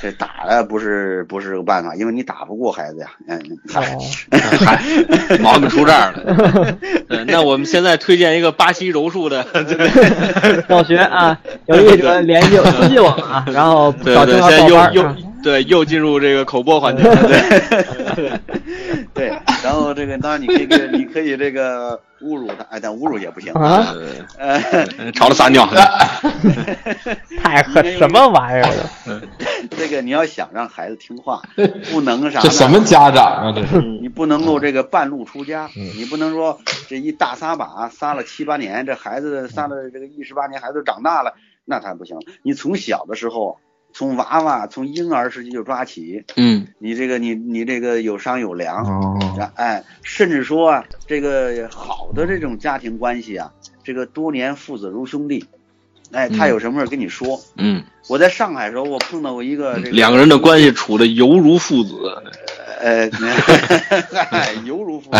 Speaker 2: 这打呀不是不是个办法，因为你打不过孩子呀。嗯，嗨，
Speaker 3: 哦
Speaker 1: 嗨，毛病出这儿了。对，那我们现在推荐一个巴西柔术的，对对
Speaker 3: [LAUGHS] 小学
Speaker 1: [LAUGHS]
Speaker 3: 啊，有一个联系私信我们啊，然后
Speaker 1: 对
Speaker 3: 找
Speaker 1: 对，
Speaker 3: 正
Speaker 1: 现在
Speaker 3: 好报班
Speaker 1: 又
Speaker 3: 儿啊
Speaker 1: 又。对又进入这个口播环节了。对，
Speaker 2: 对，然后这个当然你可以跟你可以这个侮辱他，哎，但侮辱也不行。
Speaker 1: [LAUGHS]
Speaker 2: [LAUGHS]
Speaker 3: 啊，
Speaker 2: 呃，
Speaker 1: 呃吵了撒尿。
Speaker 3: [LAUGHS] 太狠，哎什么玩意儿了？
Speaker 2: 这个你要想让孩子听
Speaker 4: [LAUGHS]
Speaker 2: 话，不能啥
Speaker 4: 这
Speaker 2: 呢？
Speaker 4: 什么家长啊？这是，
Speaker 2: 你不能够这个半路出家，
Speaker 4: 嗯
Speaker 2: 你不能说这一大撒把撒了七八年，这孩子撒了这个一十八年，孩子长大了，那他不行。你从小的时候从娃娃从婴儿时期就抓起，
Speaker 1: [LAUGHS] 嗯
Speaker 2: 你这个你你这个有商有量，
Speaker 4: 哦，
Speaker 2: 啊哎，甚至说啊，这个好的这种家庭关系啊，这个多年父子如兄弟，哎，他
Speaker 1: 嗯
Speaker 2: 有什么事儿跟你说。
Speaker 1: 嗯，
Speaker 2: 我在上海的时候，我碰到过一个这个
Speaker 1: 两个人的关系处的犹如父子，
Speaker 2: 呃， [LAUGHS] 哎，犹如父子，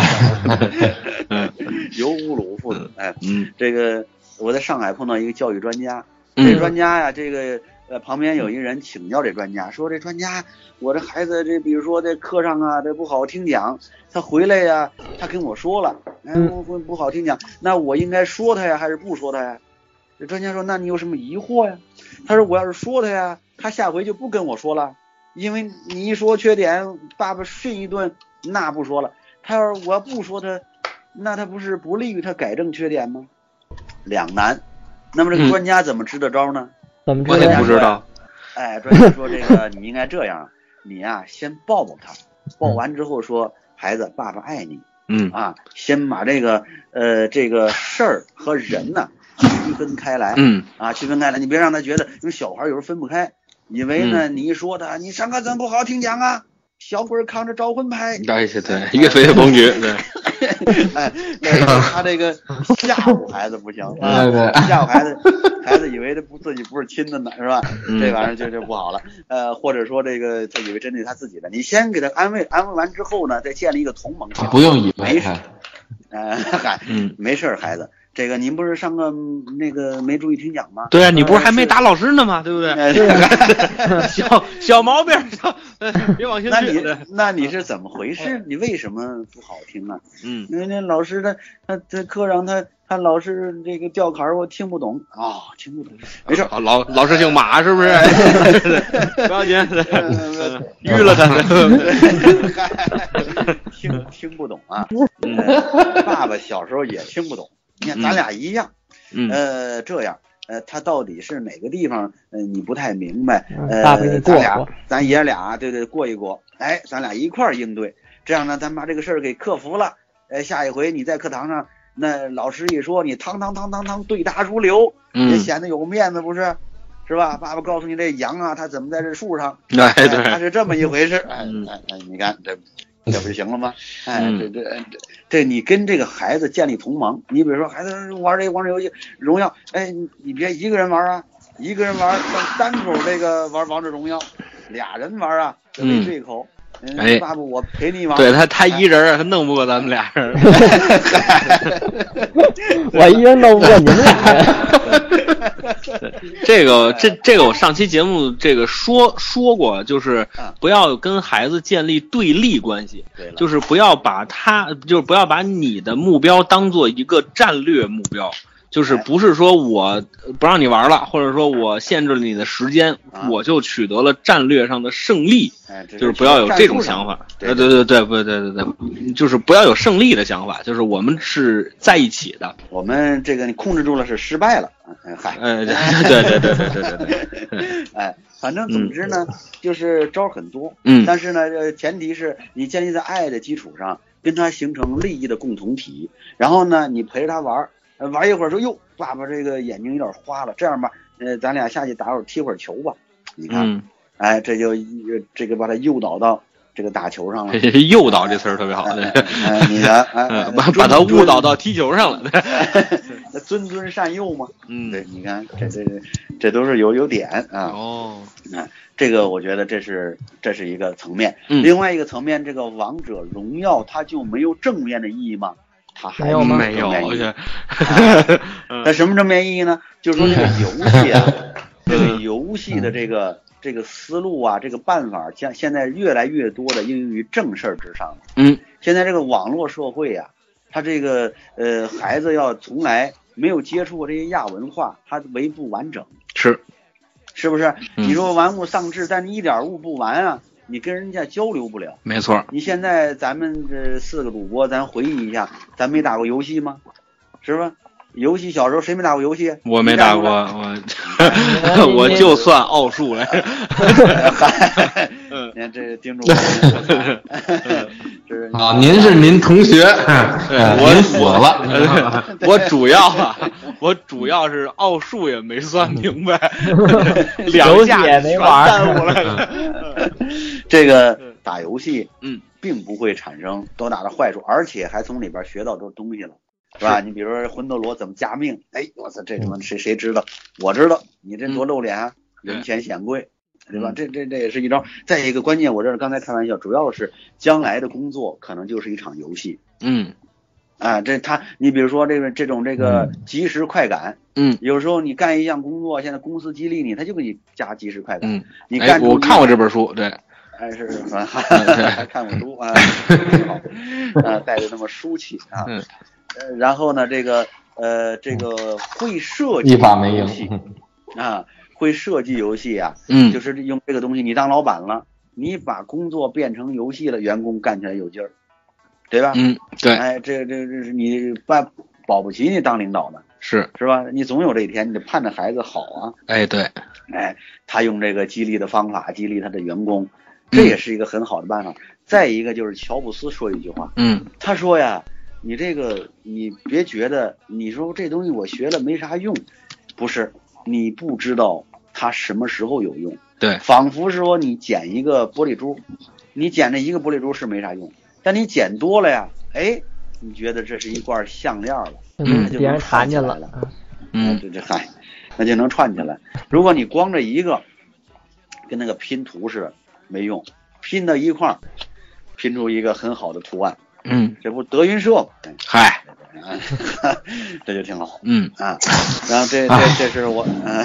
Speaker 1: [LAUGHS]
Speaker 2: 犹如鲁父子。哎，
Speaker 1: 嗯
Speaker 2: 这个我在上海碰到一个教育专家，这
Speaker 1: 嗯
Speaker 2: 专家呀，这个呃旁边有一个人请教这专家，说这专家，我这孩子这比如说在课上啊，这不好好听讲，他回来呀、他跟我说了，哎，
Speaker 3: 嗯
Speaker 2: 我不不好听讲，那我应该说他呀，还是不说他呀？这专家说，那你有什么疑惑呀？他说我要是说他呀，他下回就不跟我说了，因为你一说缺点，爸爸训一顿，那不说了。他要是我要不说他，那他不是不利于他改正缺点吗？两难。那么这
Speaker 1: 嗯
Speaker 2: 个专家怎么支的招呢？
Speaker 3: 怎么
Speaker 1: 我
Speaker 3: 知
Speaker 1: 也不
Speaker 3: 道 [LAUGHS] 呀？
Speaker 1: 知道，
Speaker 2: 哎，专家说这个你应该这样，你呀、先抱抱他，抱完之后说孩子，爸爸爱你
Speaker 1: 嗯
Speaker 2: 啊，先把这个呃这个事儿和人呢、区分开来
Speaker 1: 嗯
Speaker 2: 啊，区分开来，你别让他觉得，因为小孩有时候分不开，以为呢
Speaker 1: 嗯
Speaker 2: 你一说他，你上课怎么不好好听讲啊，小鬼儿扛着招
Speaker 1: [LAUGHS]
Speaker 2: 魂牌，
Speaker 1: 嗯对对，岳飞的风雨， [LAUGHS] 对，
Speaker 2: 哎，那个他这个吓唬孩子
Speaker 1: [LAUGHS]
Speaker 2: 不行啊
Speaker 4: 对，对，
Speaker 2: 吓唬孩子，孩子以为他不自己不是亲的呢，是吧？
Speaker 1: 嗯
Speaker 2: 这玩意儿就就不好了。呃，或者说这个他以为真的是他自己的，你先给他安慰安慰完之后呢，再建立一个同盟
Speaker 1: 啊
Speaker 4: 他
Speaker 2: 性。
Speaker 4: 不用以
Speaker 2: 没
Speaker 4: 为
Speaker 2: 事
Speaker 4: 他，
Speaker 2: 呃，嗨，
Speaker 1: 嗯，
Speaker 2: 没事儿，孩子，这个您不是上课嗯那个没注意听讲吗？
Speaker 1: 对啊，你不是还没打老师呢吗？对不对？
Speaker 2: 呃
Speaker 1: 小小毛病，小 [LAUGHS] 呃别往心
Speaker 2: 那
Speaker 1: 去
Speaker 2: 你
Speaker 1: 对。
Speaker 2: 那你是怎么回事？你为什么不好听呢？
Speaker 1: 嗯
Speaker 2: 因为那老师他他他课上他他老是这个吊坎儿，我听不懂啊、哦，听不懂，没事儿，
Speaker 1: 好老老师姓马是不是？ [LAUGHS] 不 [LAUGHS] 要紧，嗯
Speaker 2: 呃
Speaker 1: 淤了他。
Speaker 2: 听听不懂啊。
Speaker 1: 嗯
Speaker 2: 呃爸爸小时候也听不懂，你看咱俩一样，
Speaker 1: 嗯
Speaker 2: 呃，这样，呃，他到底是哪个地方，呃，你不太明白，
Speaker 3: 嗯爸爸给
Speaker 2: 呃，
Speaker 3: 你过
Speaker 2: 咱俩
Speaker 3: 过，
Speaker 2: 咱爷俩，对对，过一过，哎，咱俩一块儿应对，这样呢，咱把这个事儿给克服了，哎，下一回你在课堂上，那老师一说，你堂堂堂堂堂对答如流，也
Speaker 1: 嗯，
Speaker 2: 显得有面子，不是？是吧？爸爸告诉你，这羊啊，它怎么在这树上？
Speaker 1: 哎
Speaker 2: 哎，
Speaker 1: 对
Speaker 2: 它，是这么一回事。哎
Speaker 1: 嗯
Speaker 2: 哎哎，你看这这不就行了吗？哎，
Speaker 1: 嗯
Speaker 2: 这这这这，你跟这个孩子建立同盟。你比如说，孩子玩这个王者游戏《荣耀》，哎，你你别一个人玩啊，一个人玩，像单口这个玩王者荣耀，俩人玩啊，这
Speaker 1: 嗯
Speaker 2: 没对口。嗯，
Speaker 1: 哎
Speaker 2: 爸爸，我陪你玩。
Speaker 1: 对他他一人儿啊他弄不过咱们俩人儿。 [LAUGHS]
Speaker 3: 我一人弄不过你们俩人。
Speaker 1: 这个这这个我上期节目这个说说过，就是
Speaker 2: 嗯
Speaker 1: 不要跟孩子建立对立关系，
Speaker 2: 对了，
Speaker 1: 就是不要把他就是不要把你的目标当做一个战略目标。就是
Speaker 2: 哎
Speaker 1: 不是说我不让你玩了，或者说我限制了你的时间，
Speaker 2: 啊
Speaker 1: 我就取得了战略上的胜利，
Speaker 2: 哎，这
Speaker 1: 就是不要有这种
Speaker 2: 战术上
Speaker 1: 想法。
Speaker 2: 对
Speaker 1: 呃，对对对，不对对对，就是不要有胜利的想法，就是我们是在一起的。
Speaker 2: 我们这个你控制住了是失败了，嗯，嗨，
Speaker 1: [LAUGHS] 呃，对对对对对对对对，
Speaker 2: [LAUGHS] 哎，反正总之呢，就是招儿很多，
Speaker 1: 嗯
Speaker 2: 但是呢，呃前提是你建立在爱的基础上，跟他形成利益的共同体，然后呢，你陪着他玩儿，呃玩一会儿说哟，爸爸这个眼睛有点花了，这样吧，呃，咱俩下去打会儿踢会儿球吧，你看，
Speaker 1: 嗯， [LAUGHS]
Speaker 2: 哎，这就这个把他诱导到这个打球上了。
Speaker 1: 诱导这词儿特别好，对，
Speaker 2: 哎，你看，哎哎
Speaker 1: [LAUGHS] 嗯，把把他
Speaker 2: 尊
Speaker 1: 误导到踢球上了， [LAUGHS] 对，
Speaker 2: 尊尊尊善诱嘛。对，
Speaker 1: 嗯，
Speaker 2: 你看，这这这都是有有点啊。
Speaker 1: 哦，
Speaker 2: 这个我觉得这是这是一个层面，
Speaker 1: 嗯
Speaker 2: 另外一个层面，这个王者荣耀它就没有正面的意义吗？它还
Speaker 3: 没有吗
Speaker 2: 没
Speaker 1: 没
Speaker 2: 有
Speaker 1: 有，
Speaker 2: 正面
Speaker 1: 而
Speaker 2: 意义
Speaker 1: 且，
Speaker 2: 它什么正面意义呢？就是说这个游
Speaker 1: [LAUGHS]
Speaker 2: 戏啊，这
Speaker 1: 嗯
Speaker 2: 个游戏的这个这个思路啊，这个办法，像现在越来越多的应用于正事儿之上了。
Speaker 1: 嗯，
Speaker 2: 现在这个网络社会呀、他这个呃孩子要从来没有接触过这些亚文化，他为不完整。
Speaker 1: [LAUGHS] 是，
Speaker 2: 是不是？
Speaker 1: 嗯
Speaker 2: 你说玩物丧志，但你一点物不玩啊，你跟人家交流不了。
Speaker 1: 没错，
Speaker 2: 你现在咱们这四个主播，咱回忆一下，咱没打过游戏吗？是吧？游戏小时候谁没打过游戏？
Speaker 1: 我没打过， [LAUGHS]
Speaker 2: 你
Speaker 1: 我 [LAUGHS] [LAUGHS] 我就算奥数来， [LAUGHS]
Speaker 2: [LAUGHS] 过。嗨，你看这盯住我。就是
Speaker 4: 啊，您是您同学， [LAUGHS] 啊
Speaker 1: 我
Speaker 4: 您死了，
Speaker 1: 我主要啊，我主要是奥数也没算明白，两下 [LAUGHS]
Speaker 3: 也没玩儿
Speaker 1: 全耽误了。
Speaker 2: [LAUGHS] 这个打游戏，
Speaker 1: 嗯，
Speaker 2: 并不会产生多大的坏处，而且还从里边学到多东西了，是吧？你比如说魂斗罗怎么加命，哎，我操，这他妈谁谁知道？我知道，你这多露脸啊，
Speaker 1: 嗯
Speaker 2: 人前显贵，对吧？
Speaker 1: 嗯
Speaker 2: 这这这也是一招。再一个，关键我这是刚才开玩笑，主要是将来的工作可能就是一场游戏
Speaker 1: 嗯
Speaker 2: 啊。这他，你比如说这个这种这个即时快感，
Speaker 1: 嗯
Speaker 2: 有时候你干一项工作，现在公司激励你，他就给你加即时快感。
Speaker 1: 嗯，
Speaker 2: 你
Speaker 1: 哎，
Speaker 2: 干出
Speaker 1: 我
Speaker 2: 一
Speaker 1: 看过这本书，对，
Speaker 2: 哎，是是， [LAUGHS] 啊哈哈哈
Speaker 1: [LAUGHS]
Speaker 2: 还看过书啊，挺好，啊，带着那么书气啊。
Speaker 1: 嗯
Speaker 2: 呃然后呢，这个呃，这个会设计
Speaker 4: [LAUGHS] 一把没嗯
Speaker 2: 游戏
Speaker 4: 赢。
Speaker 2: 啊，会设计游戏啊，
Speaker 1: 嗯
Speaker 2: 就，是用这个东西，你当老板了，你把工作变成游戏了，员工干起来有劲儿，对吧？
Speaker 1: 嗯，对，
Speaker 2: 哎，这这这是你办保不齐你当领导呢，
Speaker 1: 是，
Speaker 2: 是吧？你总有这一天，你得盼着孩子好啊。
Speaker 1: 哎，对，
Speaker 2: 哎，他用这个激励的方法激励他的员工，这也是一个很好的办法。再一个就是乔布斯说一句话，
Speaker 1: 嗯
Speaker 2: 他说呀，你这个你别觉得你说这东西我学了没啥用，不是，你不知道它什么时候有用。
Speaker 1: 对
Speaker 2: 仿佛说你捡一个玻璃珠，你捡这一个玻璃珠是没啥用，但你捡多了呀，哎，你觉得这是一罐项链了。
Speaker 1: 嗯
Speaker 3: 别人谈见了，
Speaker 1: 嗯
Speaker 2: 啊这这嗨，那就能串起来。如果你光这一个，跟那个拼图似的，没用，拼到一块儿，拼出一个很好的图案，
Speaker 1: 嗯，
Speaker 2: 这不德云社吗？
Speaker 1: 嗨，
Speaker 2: 哎这就挺好
Speaker 1: 嗯
Speaker 2: 啊。然后这这这是我，啊、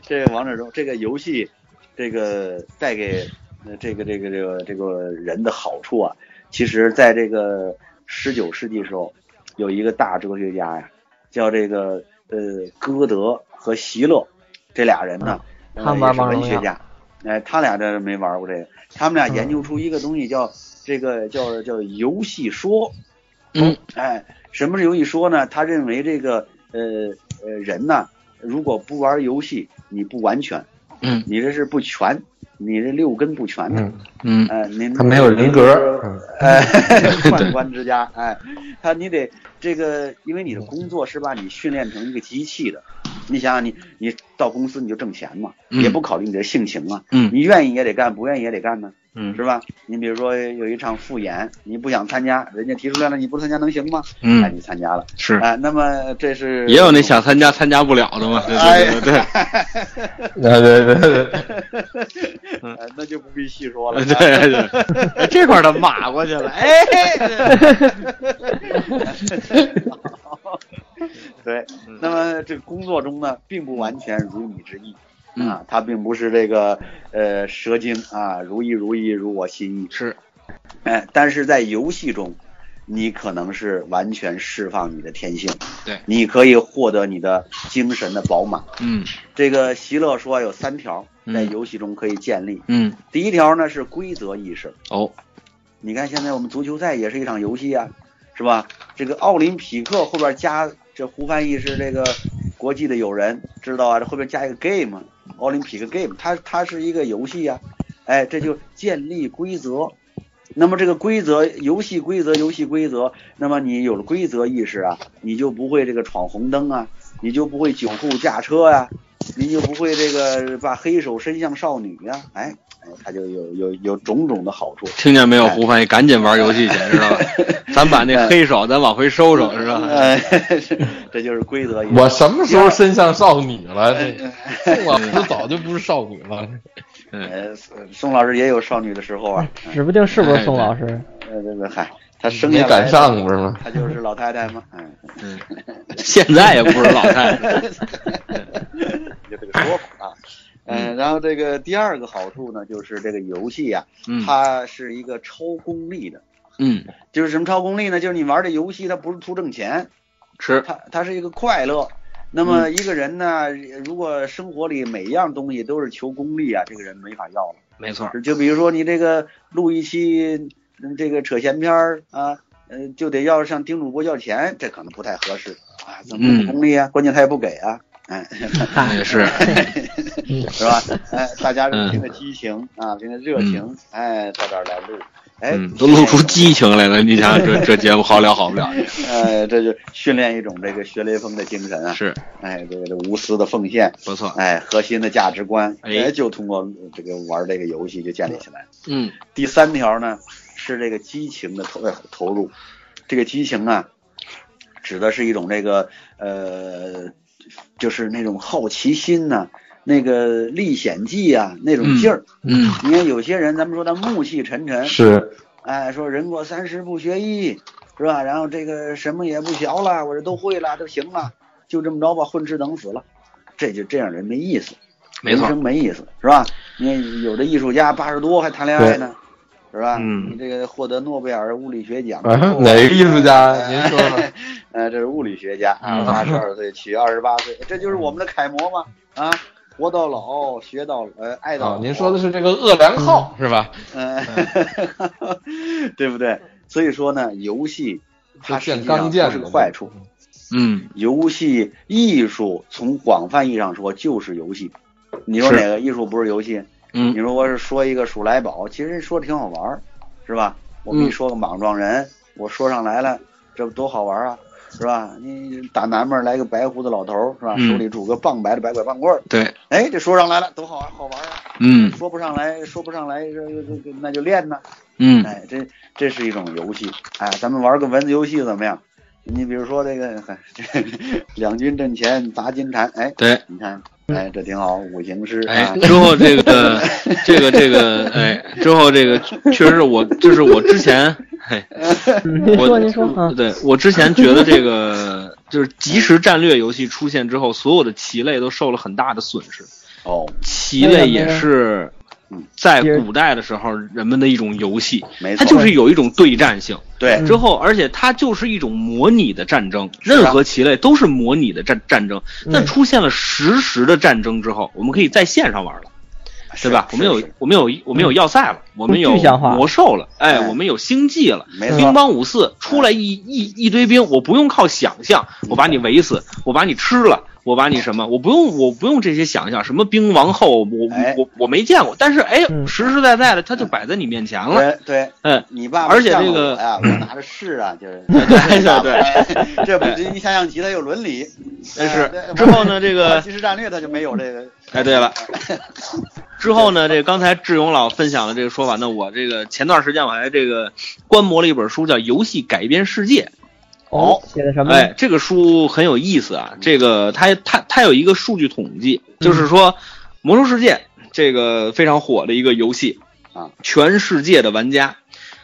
Speaker 2: 这个王者荣这个游戏，这个带给呃这个这个这个这个人的好处啊，其实在这个十九世纪时候，有一个大哲学家呀，叫这个呃歌德和席勒，这俩人呢，呃
Speaker 3: 啊他们玩
Speaker 2: 也是
Speaker 3: 王者
Speaker 2: 文
Speaker 3: 荣
Speaker 2: 学
Speaker 3: 耀
Speaker 2: 家，哎、他俩这没玩过这个，他们俩研
Speaker 3: 嗯
Speaker 2: 究出一个东西叫、这个叫叫游戏说，
Speaker 1: 嗯，
Speaker 2: 哎，什么是游戏说呢？他认为这个呃呃人呐，如果不玩游戏，你不完全，
Speaker 1: 嗯
Speaker 2: 你这是不全，你这六根不全的，
Speaker 4: [LAUGHS] 嗯，
Speaker 1: 嗯
Speaker 2: 哎，您
Speaker 4: 他没有人格，嗯
Speaker 2: 哎，宦官之家，哎，他你得这个，因为你的工作是把你训练成一个机器的。你想想你，你到公司你就挣钱嘛，
Speaker 1: 嗯
Speaker 2: 也不考虑你的性情啊，
Speaker 1: 嗯
Speaker 2: 你愿意也得干，不愿意也得干呢，
Speaker 1: 嗯
Speaker 2: 是吧？你比如说有一场复演，你不想参加，人家提出来了，你不参加能行吗？哎，
Speaker 1: 嗯，
Speaker 2: 你参加了，
Speaker 1: 是，
Speaker 2: 哎，那么这是
Speaker 1: 也有那想参加参加不了的嘛，对对对
Speaker 2: [LAUGHS]
Speaker 4: [LAUGHS] 对对对对，
Speaker 2: 哎那就不必细说 [LAUGHS] 了
Speaker 1: 对，对对，哎这块儿他骂过去了，哎， [LAUGHS]
Speaker 2: 对
Speaker 1: 嗯，
Speaker 2: 那么这工作中呢，并不完全如你之意
Speaker 1: 嗯
Speaker 2: 啊，它并不是这个呃蛇精啊，如意如意如我心意。
Speaker 1: 是，
Speaker 2: 哎，但是在游戏中，你可能是完全释放你的天性，
Speaker 1: 对
Speaker 2: 你可以获得你的精神的饱满。
Speaker 1: 嗯
Speaker 2: 这个席勒说有三条
Speaker 1: 嗯
Speaker 2: 在游戏中可以建立，
Speaker 1: 嗯，
Speaker 2: 第一条呢是规则意识。
Speaker 1: 哦，
Speaker 2: 你看现在我们足球赛也是一场游戏啊，是吧？这个奥林匹克后边加这胡翻译是这个国际的友人知道啊，这后边加一个 game，啊奥林匹克 game，它它是一个游戏啊，哎，这就建立规则。那么这个规则，游戏规则，游戏规则，那么你有了规则意识啊，你就不会这个闯红灯啊，你就不会酒后驾车呀、你就不会这个把黑手伸向少女呀、哎哎，它就有有有种种的好处。
Speaker 1: 听见没有，胡翻译，赶紧玩游戏去，知道吧？咱把那黑手咱往回收收，知道
Speaker 2: [LAUGHS]
Speaker 1: 吧？
Speaker 2: 呃，是这就是规则意识。
Speaker 4: 我什么时候伸向少女了？这宋老师早就不是少女了。
Speaker 2: 呃，宋老师也有少女的时候啊，
Speaker 3: 指不定嗯是不是宋老师。
Speaker 2: 呃，这个嗨，他生
Speaker 4: 没
Speaker 2: 下
Speaker 4: 赶
Speaker 2: 来
Speaker 4: 上不是吗？
Speaker 2: 他就是老太太嘛，嗯，
Speaker 1: 嗯，现在也不是老太太，
Speaker 2: [LAUGHS] 就这个说法啊。嗯，然后这个第二个好处呢，就是这个游戏啊，
Speaker 1: 嗯
Speaker 2: 它是一个超功利的，
Speaker 1: 嗯，
Speaker 2: 就是什么超功利呢？就是你玩这游戏，它不是图挣钱，
Speaker 1: 是，
Speaker 2: 它它是一个快乐。那么一个人呢，如果生活里每一样东西都是求功利啊，这个人没法要了。
Speaker 1: 没错，
Speaker 2: 就比如说你这个录一期嗯这个扯闲篇儿啊，呃，就得要向丁主播要钱，这可能不太合适啊，怎么
Speaker 1: 嗯
Speaker 2: 不功利啊？关键他也不给啊，哎，
Speaker 1: 那也是，嗯 [LAUGHS]
Speaker 2: 是吧？哎，大家是凭着激情啊，凭着热情，哎，到这儿来录，哎，
Speaker 1: 嗯，都露出激情来了。你想想，这这节目好了好不了？
Speaker 2: 哎，这就训练一种这个学雷锋的精神啊，
Speaker 1: 是
Speaker 2: 哎，这个这无私的奉献，
Speaker 1: 不错，
Speaker 2: 哎，核心的价值观，
Speaker 1: 哎
Speaker 2: 哎，就通过这个玩这个游戏就建立起来。
Speaker 1: 嗯，
Speaker 2: 第三条呢是这个激情的投呃投入，这个激情啊，指的是一种这个呃，就是那种好奇心呐、那个历险记啊，那种劲儿。
Speaker 1: 嗯，
Speaker 2: 你看有些人，咱们说他暮气沉沉，
Speaker 4: 是
Speaker 2: 哎，说人过三十不学艺，是吧？然后这个什么也不学了，我这都会了，都行了，就这么着吧，混吃等死了，这就这样人没意思。
Speaker 1: 没错
Speaker 2: 人，生没意思，是吧？你看有的艺术家八十多还谈恋爱呢，是吧？
Speaker 1: 嗯
Speaker 2: 你这个获得诺贝尔物理学奖，
Speaker 4: 啊哪个艺术家？您说说。
Speaker 2: 呃，这是物理学家，
Speaker 4: 啊
Speaker 1: 嗯
Speaker 2: 八十二岁娶二十八岁，这就是我们的楷模嘛，啊，活到老，学到呃，爱到
Speaker 4: 啊
Speaker 2: 老。，
Speaker 4: 您说的是这个鄂良浩是吧？
Speaker 2: 呃， [LAUGHS] 对不对？所以说呢，游戏它
Speaker 4: 是
Speaker 2: 实
Speaker 4: 建
Speaker 2: 际上
Speaker 4: 刚
Speaker 2: 不
Speaker 4: 建
Speaker 2: 是
Speaker 4: 的
Speaker 2: 个坏处，
Speaker 1: 嗯，
Speaker 2: 游戏艺术从广泛意义上说就是游戏。你说
Speaker 1: 是
Speaker 2: 哪个艺术不是游戏？
Speaker 1: 嗯
Speaker 2: 你如果是说一个数来宝，其实说挺好玩儿，是吧？
Speaker 1: 嗯
Speaker 2: 我跟你说个莽撞人，我说上来了，这不多好玩啊，是吧？你打南面来个白胡子老头儿，是吧？
Speaker 1: 嗯
Speaker 2: 手里拄个棒白的白拐棒棍儿，
Speaker 1: 对，
Speaker 2: 哎，这说上来了，多好玩，好玩啊！
Speaker 1: 嗯
Speaker 2: 说不上来，说不上来，这这这这那就练呐。
Speaker 1: 嗯，
Speaker 2: 哎，这这是一种游戏，哎，咱们玩个文字游戏怎么样？你比如说这个， [LAUGHS] 这两军阵前砸金蝉，哎，
Speaker 1: 对，
Speaker 2: 你看，哎，这挺好，五行诗啊
Speaker 1: 嗯哎，，之后这
Speaker 2: [LAUGHS]
Speaker 1: 个这个这个，哎，之后这个确实是我，就是我之前，嘿，
Speaker 3: 嗯您
Speaker 1: 哎我
Speaker 3: 说您说啊，
Speaker 1: 对我之前觉得这个就是即时战略游戏出现之后，所有的棋类都受了很大的损失。
Speaker 2: 哦，
Speaker 1: 棋类也是
Speaker 2: 嗯
Speaker 1: 在古代的时候人们的一种游戏，
Speaker 2: 没
Speaker 1: 它
Speaker 2: 错，
Speaker 1: 就是有一嗯种对战性。
Speaker 3: 嗯
Speaker 2: 对，
Speaker 1: 之后，而且它就是一种模拟的战争，
Speaker 2: 啊
Speaker 1: 任何棋类都是模拟的战战争。
Speaker 3: 嗯
Speaker 1: 但出现了实时的战争之后，我们可以在线上玩了，
Speaker 2: 是
Speaker 1: 对吧？我
Speaker 2: 是
Speaker 1: 们有
Speaker 2: 是
Speaker 1: 我们有我们有要塞了，我们有
Speaker 3: 具象化
Speaker 1: 魔兽了，哎，
Speaker 2: 嗯
Speaker 1: 我们有星际了。
Speaker 2: 没
Speaker 1: 兵
Speaker 2: 错，
Speaker 1: 帮五四出来一一一堆兵，我不用靠想象，我把你围死，我把你吃了，我把你什么，我不用我不用这些想象，什么兵王后，我
Speaker 2: 哎
Speaker 1: 我我没见过，但是哎，
Speaker 3: 嗯
Speaker 1: 实实在在的，它就摆在你面前了，
Speaker 2: 对对，
Speaker 1: 嗯，
Speaker 2: 你爸爸
Speaker 1: 而且
Speaker 2: 像
Speaker 1: 这个嗯
Speaker 2: 我哎呀，我拿着是啊，就是，哎
Speaker 1: 对对对，
Speaker 2: 这不这一下象棋它有伦理，
Speaker 1: 但 [LAUGHS] 是
Speaker 2: 哎对
Speaker 1: 之后
Speaker 2: [LAUGHS]
Speaker 1: 呢，这
Speaker 2: 玩
Speaker 1: 个
Speaker 2: 即时战略它就没有这个，
Speaker 1: 哎对了，之后呢，这个刚才志勇老分享了这个说法，那我这个前段时间我还这个观摩了一本书，叫《游戏改变世界》，
Speaker 3: 哦，写的什么？
Speaker 1: 哎，这个书很有意思啊。这个它它它有一个数据统计，
Speaker 2: 嗯
Speaker 1: 就是说《魔兽世界》这个非常火的一个游戏
Speaker 2: 啊，
Speaker 1: 全世界的玩家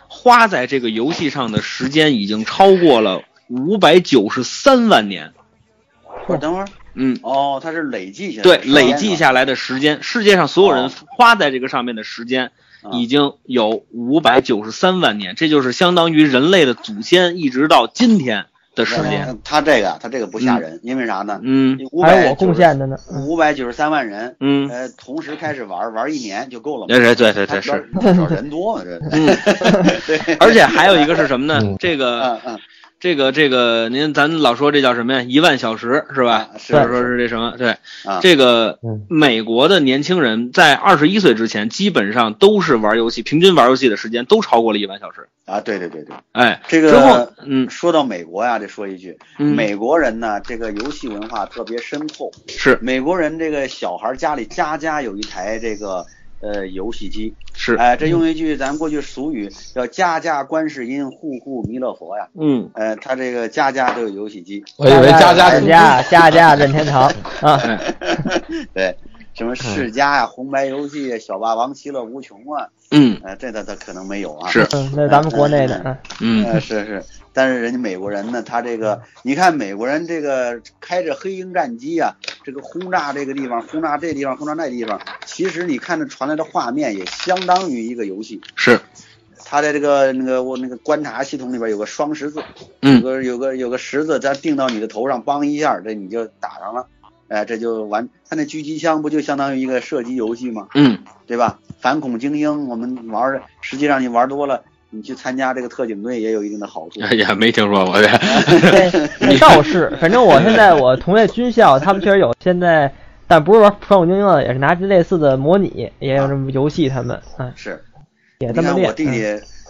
Speaker 1: 花在这个游戏上的时间已经超过了五百九十三万年。
Speaker 2: 不是等会儿，
Speaker 1: 嗯，
Speaker 2: 哦，它是累计下来
Speaker 1: 对
Speaker 2: 的，，
Speaker 1: 累计下来的时间，世界上所有人
Speaker 2: 啊哦
Speaker 1: 花在这个上面的时间
Speaker 2: 啊
Speaker 1: 已经有五百九十三万年，这就是相当于人类的祖先一直到今天的时间。
Speaker 2: 嗯它这个它这个不吓人，因为啥呢？
Speaker 1: 嗯
Speaker 2: 你五
Speaker 3: 还
Speaker 2: 百
Speaker 3: 有我贡献的呢。嗯
Speaker 2: 五百九十三万人，
Speaker 1: 嗯，
Speaker 2: 呃，同时开始玩玩一年就够了嘛
Speaker 1: 哎对，对对对
Speaker 2: 它
Speaker 1: 对是。
Speaker 2: 多少人多嘛这，
Speaker 1: [LAUGHS] 嗯，
Speaker 2: 对，
Speaker 1: 而且还有一个是什么呢
Speaker 4: 嗯？
Speaker 1: 这个
Speaker 2: 嗯嗯，
Speaker 1: 这个这个，您咱老说这叫什么呀？一万小时是吧？
Speaker 2: 啊是
Speaker 1: 或者说是这什么？对，
Speaker 2: 啊，
Speaker 1: 这个
Speaker 4: 嗯
Speaker 1: 美国的年轻人在二十一岁之前，基本上都是玩游戏，平均玩游戏的时间都超过了一万小时。
Speaker 2: 啊，对对对对，
Speaker 1: 哎，
Speaker 2: 这
Speaker 1: 之后
Speaker 2: 个，
Speaker 1: 嗯，
Speaker 2: 说到美国呀，得说一句，
Speaker 1: 嗯
Speaker 2: 美国人呢，这个游戏文化特别深厚。
Speaker 1: 是
Speaker 2: 美国人这个小孩家里家家有一台这个呃游戏机，
Speaker 1: 是，嗯
Speaker 2: 哎、这用一句咱过去俗语叫“家家观世音，户户弥勒佛”呀。
Speaker 1: 嗯，
Speaker 2: 呃，他这个家家都有游戏机， [LAUGHS]
Speaker 4: 我以为
Speaker 3: 家打
Speaker 4: 家家出
Speaker 3: 架，家家任天堂
Speaker 1: 哎
Speaker 3: 啊，
Speaker 2: 对，什么世家呀、红白游戏啊、小霸王、其乐无穷啊，
Speaker 1: 嗯
Speaker 2: 呃，这他他可能没有啊。
Speaker 1: 是
Speaker 3: 嗯，那咱们国内的，嗯
Speaker 1: 嗯，
Speaker 2: 呃，是是，但是人家美国人呢，他这个，你看美国人这个开着黑鹰战机啊，这个轰炸这个地方，轰炸这地方，轰炸那地方，其实你看这传来的画面也相当于一个游戏。
Speaker 1: 是，
Speaker 2: 他在这个那个我那个观察系统里边有个双十字，有
Speaker 1: 嗯，
Speaker 2: 个有个有个十字，它定到你的头上，梆一下，这你就打上了，哎、这就完。他那狙击枪不就相当于一个射击游戏吗？
Speaker 1: 嗯，
Speaker 2: 对吧？反恐精英，我们玩儿，实际上你玩多了，你去参加这个特警队也有一定的好处。
Speaker 1: 哎呀，没听说过这，
Speaker 2: 哎
Speaker 3: [LAUGHS] 那倒是，反正我现在我同业军校，他们确实有现在，但不是玩反恐精英了，也是拿类似的模拟，也有什么游戏，他们啊
Speaker 2: 是，
Speaker 3: 也
Speaker 2: 你
Speaker 3: 这么
Speaker 2: 看
Speaker 3: 练。嗯啊
Speaker 2: 我弟弟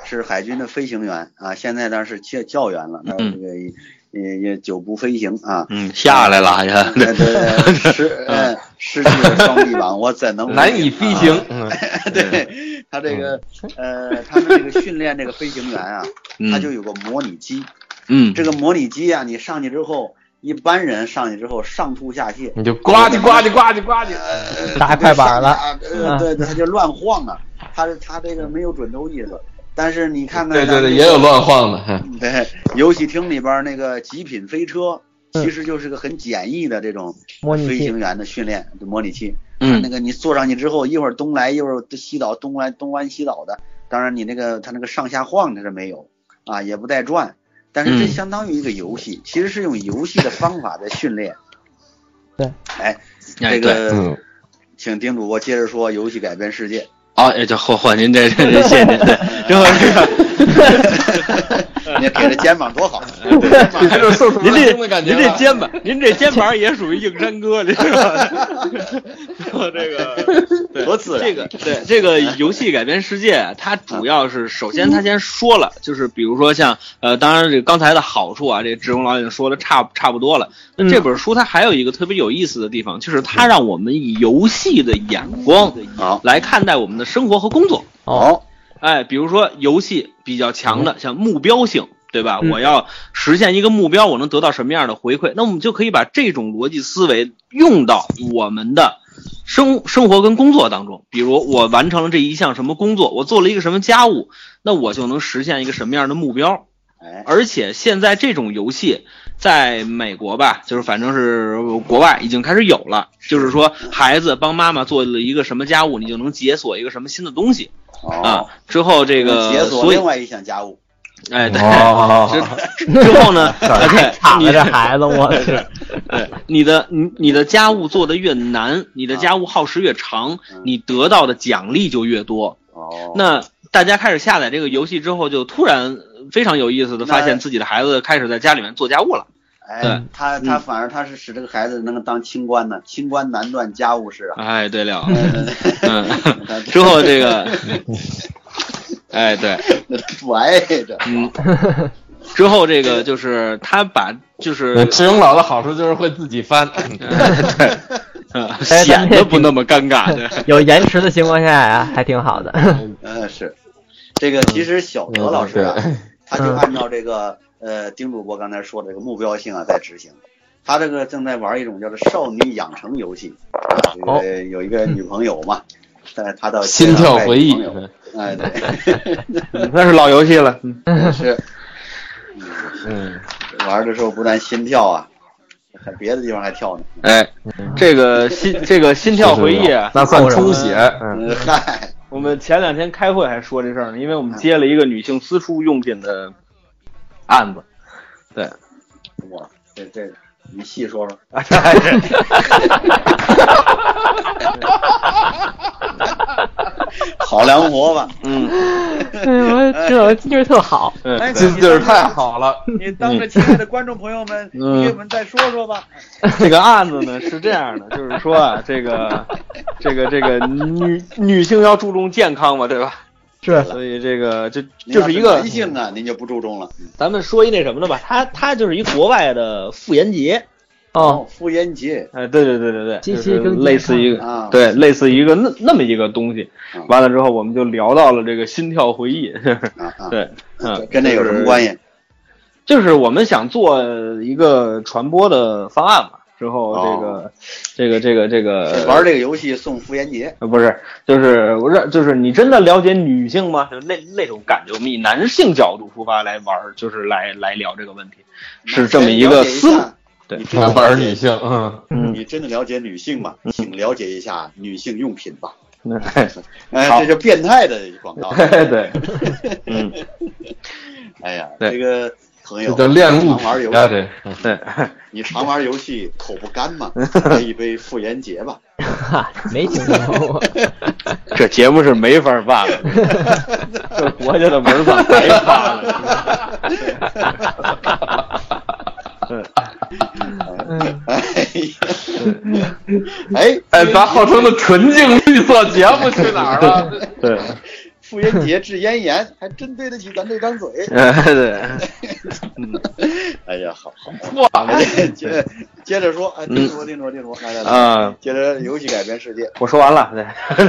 Speaker 2: 是海军的飞行员啊，现在当然是教教员了，
Speaker 4: 嗯
Speaker 2: 他这个也也也久不飞行
Speaker 4: [LAUGHS]
Speaker 2: 啊。
Speaker 1: 嗯，下来了，还
Speaker 2: 对对对，失嗯失去了双臂膀，我怎能啊
Speaker 4: 难以飞行？嗯， [LAUGHS]
Speaker 2: 对他这个呃，他们这个训练这个飞行员啊，
Speaker 4: 嗯
Speaker 2: 他就有个模拟机。
Speaker 1: 嗯，
Speaker 2: 这个模拟机啊，你上去之后，一般人上去之后上吐下泻，
Speaker 4: 你就呱唧呱唧呱唧呱唧，
Speaker 2: 呃，
Speaker 3: 打快板嗯了嗯
Speaker 2: 啊，呃，对，他就乱晃啊，他他这个没有准头意思。但是你看看，
Speaker 4: 对对对，也有乱晃的。哼
Speaker 2: 对，游戏厅里边那个极品飞车，其实就是个很简易的这种
Speaker 3: 嗯模拟
Speaker 2: 飞
Speaker 3: 器
Speaker 2: 行员的训练模拟器。那
Speaker 1: 嗯
Speaker 2: 个你坐上去之后，一会儿东来一会儿西倒，东来东弯西倒的。当然你那个它那个上下晃它是没有啊，也不带转。但是这
Speaker 1: 嗯
Speaker 2: 相当于一个游戏，其实是用游戏的方法在训练。
Speaker 3: 对，
Speaker 2: 哎，
Speaker 1: [LAUGHS] 哎
Speaker 2: 这个
Speaker 4: 嗯，
Speaker 2: 请丁主播接着说，游戏改
Speaker 1: [LAUGHS]
Speaker 2: 变世界。
Speaker 1: 啊，哎，这嚯嚯，您这这这谢谢您，这
Speaker 2: 你给这肩膀多
Speaker 1: [LAUGHS]
Speaker 2: 好，对肩膀
Speaker 4: [LAUGHS] 还有受宠
Speaker 1: 您
Speaker 4: 若
Speaker 1: 这
Speaker 4: 惊的感觉
Speaker 1: 您
Speaker 4: 了。
Speaker 1: 这肩膀，您这肩膀也属于硬山哥，
Speaker 4: [LAUGHS]
Speaker 1: 这个，这个，对
Speaker 2: 多自然
Speaker 1: 这个对这个游戏改编世界，它主要是首先他先说了，就是比如说像呃，当然这刚才的好处啊，这志荣老已经说的差差不多了。那这本书它还有一个特别有意思的地方，就是它让我们以游戏的眼光
Speaker 2: 好，
Speaker 1: 来看待我们的生活和工作。
Speaker 3: 哦
Speaker 2: 好，
Speaker 1: 哎，比如说游戏比较强的，像目标性，对吧？
Speaker 3: 嗯
Speaker 1: 我要实现一个目标，我能得到什么样的回馈？那我们就可以把这种逻辑思维用到我们的生生活跟工作当中。比如我完成了这一项什么工作，我做了一个什么家务，那我就能实现一个什么样的目标？
Speaker 2: 哎，
Speaker 1: 而且现在这种游戏在美国吧，就是反正是国外已经开始有了，就是说孩子帮妈妈做了一个什么家务，你就能解锁一个什么新的东西啊
Speaker 2: 好，。
Speaker 1: 之后这个
Speaker 2: 哦解锁
Speaker 1: 所以
Speaker 2: 另外一项家务，
Speaker 1: 哎对，
Speaker 4: 哦，
Speaker 1: [LAUGHS] 之之后 [LAUGHS] 呢，哎对，
Speaker 3: [LAUGHS] 惨
Speaker 1: 你
Speaker 3: 了这孩
Speaker 2: [LAUGHS]
Speaker 3: 子，我去，
Speaker 1: 对你的你你的家务做的越难，你的家务耗时越长
Speaker 2: 啊嗯，
Speaker 1: 你得到的奖励就越多。
Speaker 2: 哦，
Speaker 1: 那大家开始下载这个游戏之后，就突然非常有意思的发
Speaker 2: 那
Speaker 1: 现自己的孩子开始在家里面做家务了。
Speaker 2: 哎
Speaker 1: 对，嗯
Speaker 2: 他他反而他是使这个孩子能当清官呢，清官难断家务事
Speaker 1: [LAUGHS]
Speaker 2: 啊。
Speaker 1: 哎，对了，
Speaker 2: 嗯
Speaker 1: 嗯， [LAUGHS]
Speaker 2: 他
Speaker 1: 之后这个，哎，对，
Speaker 2: [LAUGHS] 不挨着，
Speaker 1: 嗯，之后这个就是他把就是
Speaker 4: 志勇老的好处就是会自己翻，
Speaker 2: 嗯
Speaker 1: 呃显得不那么尴尬，对，
Speaker 3: 有延迟的情况下呀、还挺好 [LAUGHS] 的。
Speaker 2: 嗯是，这个其实小德老师啊，
Speaker 4: 嗯
Speaker 2: [LAUGHS] 他就按照这个呃丁主播刚才说的这个目标性啊在执行。他这个正在玩一种叫做少女养成游戏，啊这
Speaker 3: 哦
Speaker 2: 个有一个女朋友嘛，但他到
Speaker 4: 心跳回忆
Speaker 2: 街上带女朋友，哎对， [LAUGHS]
Speaker 1: 那是老游戏了，
Speaker 2: 是
Speaker 4: 嗯，
Speaker 2: 玩的时候不但心跳啊，还别的地方还跳呢。
Speaker 1: 哎，这个心这个心跳回忆啊，
Speaker 4: 那算充血，嗯，
Speaker 2: 嗯嗨，
Speaker 1: 我们前两天开会还说这事儿呢，因为我们接了一个女性私处用品的案子， [LAUGHS]
Speaker 2: 我这这你细说 [LAUGHS] 说。好梁活吧，
Speaker 1: 嗯，
Speaker 3: 哎呦，我这我劲儿特
Speaker 2: [LAUGHS]
Speaker 3: 好。
Speaker 2: 哎，
Speaker 4: 这地儿太好了，
Speaker 2: 你当着亲爱的观众朋友们，
Speaker 1: 嗯
Speaker 2: 给我们再说说吧。
Speaker 1: 这个案子呢是这样的，就是说啊，这个这个这个女女性要注重健康嘛，对吧？
Speaker 3: 是
Speaker 1: 所以这个就
Speaker 2: 您
Speaker 1: 就
Speaker 2: 要
Speaker 1: 是
Speaker 2: 是
Speaker 1: 一个
Speaker 2: 男，性啊，您就不注重了。
Speaker 1: 咱们说一那什么的吧，他他就是一国外的妇炎洁，
Speaker 3: 哦，，
Speaker 2: 妇炎洁
Speaker 1: 哎，对对对对对，
Speaker 3: 积
Speaker 1: 就
Speaker 3: 极
Speaker 1: 是
Speaker 3: 更健
Speaker 1: 类似一个，
Speaker 2: 啊，，
Speaker 1: 对，类似一个那那么一个东西
Speaker 2: 啊。
Speaker 1: 完了之后，我们就聊到了这个心跳回忆，
Speaker 2: 啊啊，
Speaker 1: 对，嗯，
Speaker 2: 跟这有什么关？系？
Speaker 1: 就是我们想做一个传播的方案嘛，之后这个、这个这个这个
Speaker 2: 哦玩这个游戏送妇炎洁，
Speaker 1: 呃，不是，就是我这就是你真的了解女性吗？就那那种感觉，我们以男性角度出发来玩儿，就是来来聊这个问题，是这么一个思路。对
Speaker 2: 你真的
Speaker 4: 玩
Speaker 2: 了解
Speaker 4: 儿女性，嗯，
Speaker 1: 嗯，
Speaker 2: 你真的了解女性吗？请了解一下女性用品吧。
Speaker 3: 嗯
Speaker 1: 好
Speaker 2: 哎，这就变态的广告。
Speaker 1: 嗯 [LAUGHS] 对，嗯，
Speaker 2: 哎呀，
Speaker 1: 对
Speaker 2: 这个朋
Speaker 4: 这
Speaker 2: 友，
Speaker 4: 叫恋物
Speaker 2: 常哎玩游
Speaker 4: 癖啊，
Speaker 2: 戏，
Speaker 4: 这，
Speaker 1: 对，
Speaker 2: 你常玩游戏口不干
Speaker 1: [LAUGHS]
Speaker 2: 吗？来一杯妇炎洁吧。
Speaker 3: 哈，没听说
Speaker 2: [LAUGHS]
Speaker 3: 过。嗯
Speaker 1: [LAUGHS] 这节目是没法办了，这国家的文化没 [LAUGHS] 法了。 [LAUGHS]
Speaker 3: 嗯，
Speaker 2: 哎呀，哎，
Speaker 1: 哎
Speaker 4: 哎，咱号称的纯净绿色节目去哪儿了？
Speaker 1: 对，
Speaker 2: 妇妇人节治咽炎，还真对得起咱这张
Speaker 1: [LAUGHS]
Speaker 2: 嘴。
Speaker 1: 哎 [LAUGHS] 对，嗯
Speaker 2: [LAUGHS] 哎呀，好好，
Speaker 4: 错
Speaker 2: 咱们这 [LAUGHS] 接接着说，哎，定着定着定着，来来来，
Speaker 1: 哎嗯啊，
Speaker 2: 接着游戏改变世界，
Speaker 1: 我说完了，对， [LAUGHS]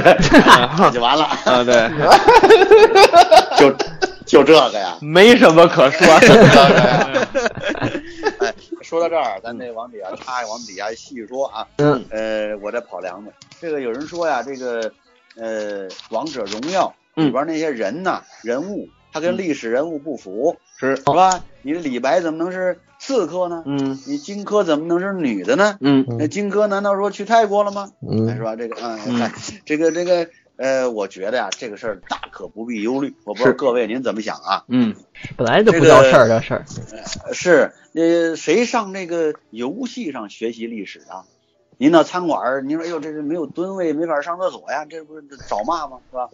Speaker 2: 那就完了， [LAUGHS]
Speaker 1: 啊对，
Speaker 2: 就就这
Speaker 1: [LAUGHS]
Speaker 2: 个呀。
Speaker 1: 没什么可说的， [LAUGHS]
Speaker 2: 哎，说到这儿，咱得往底下插，往底下细说啊。
Speaker 1: 嗯，
Speaker 2: 呃，我再跑梁子。这个有人说呀，这个呃，《王者荣耀》
Speaker 1: 嗯
Speaker 2: 里边那些人呐、人物，他跟历史人物不符，
Speaker 1: 是
Speaker 2: 是吧？你的李白怎么能是刺客呢？
Speaker 1: 嗯
Speaker 2: 你荆轲怎么能是女的呢？
Speaker 1: 嗯
Speaker 3: 嗯
Speaker 2: 那荆轲难道说去泰国了吗？哎是
Speaker 4: 嗯，
Speaker 2: 吧？这个，啊，
Speaker 1: 嗯
Speaker 2: 哎这个这个，呃，我觉得呀、这个事儿大可不必忧虑。我不知
Speaker 1: 是
Speaker 2: 道各位您怎么想啊？
Speaker 1: 嗯，
Speaker 3: 本来就不叫事儿这事儿，
Speaker 2: 是，呃，谁上这个游戏上学习历史啊？您到餐馆儿，您说，哎呦，这是没有蹲位，没法上厕所呀，这不是找骂吗？是吧？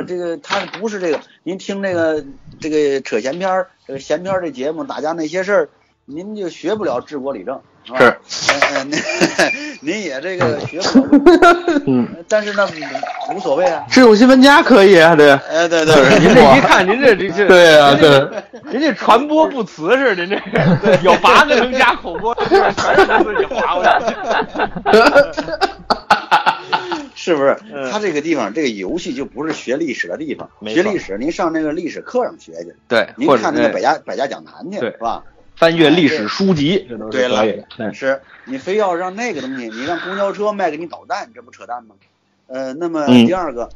Speaker 1: [LAUGHS] 嗯
Speaker 2: 这个他不是这个，您听这个这个扯闲篇儿，这个闲篇儿这节目，打架那些事儿，您就学不了治国理政，是吧？
Speaker 1: 是
Speaker 2: 呃，您 [LAUGHS] 您也这个学不了，
Speaker 1: 嗯，
Speaker 2: 呃但是呢，无所谓啊。
Speaker 1: 智勇新闻家可以啊，对，
Speaker 2: 哎，对
Speaker 1: 对，
Speaker 2: 对对，
Speaker 1: [LAUGHS] 您这一看，您这 [LAUGHS] 这这，
Speaker 4: 对啊，对，
Speaker 1: 人家传播不辞是您 [LAUGHS] 这有拔子能加口播，全是自己划过 [LAUGHS] 去。
Speaker 2: 是不是
Speaker 1: 嗯？
Speaker 2: 他这个地方，这个游戏就不是学历史的地方。
Speaker 1: 没
Speaker 2: 学
Speaker 1: 错
Speaker 2: 历史，您上那个历史课上学去，
Speaker 1: 对，
Speaker 2: 您
Speaker 1: 或者
Speaker 2: 看那个哎
Speaker 1: 对
Speaker 2: 百家百家讲坛去，
Speaker 1: 对
Speaker 2: 是吧？
Speaker 1: 翻阅历史书籍，这都是
Speaker 2: 对了
Speaker 1: 可以的。对
Speaker 2: 是你非要让那个东西，你让公交车卖给你导弹，这不扯淡吗？呃，那么
Speaker 1: 嗯
Speaker 2: 第二个，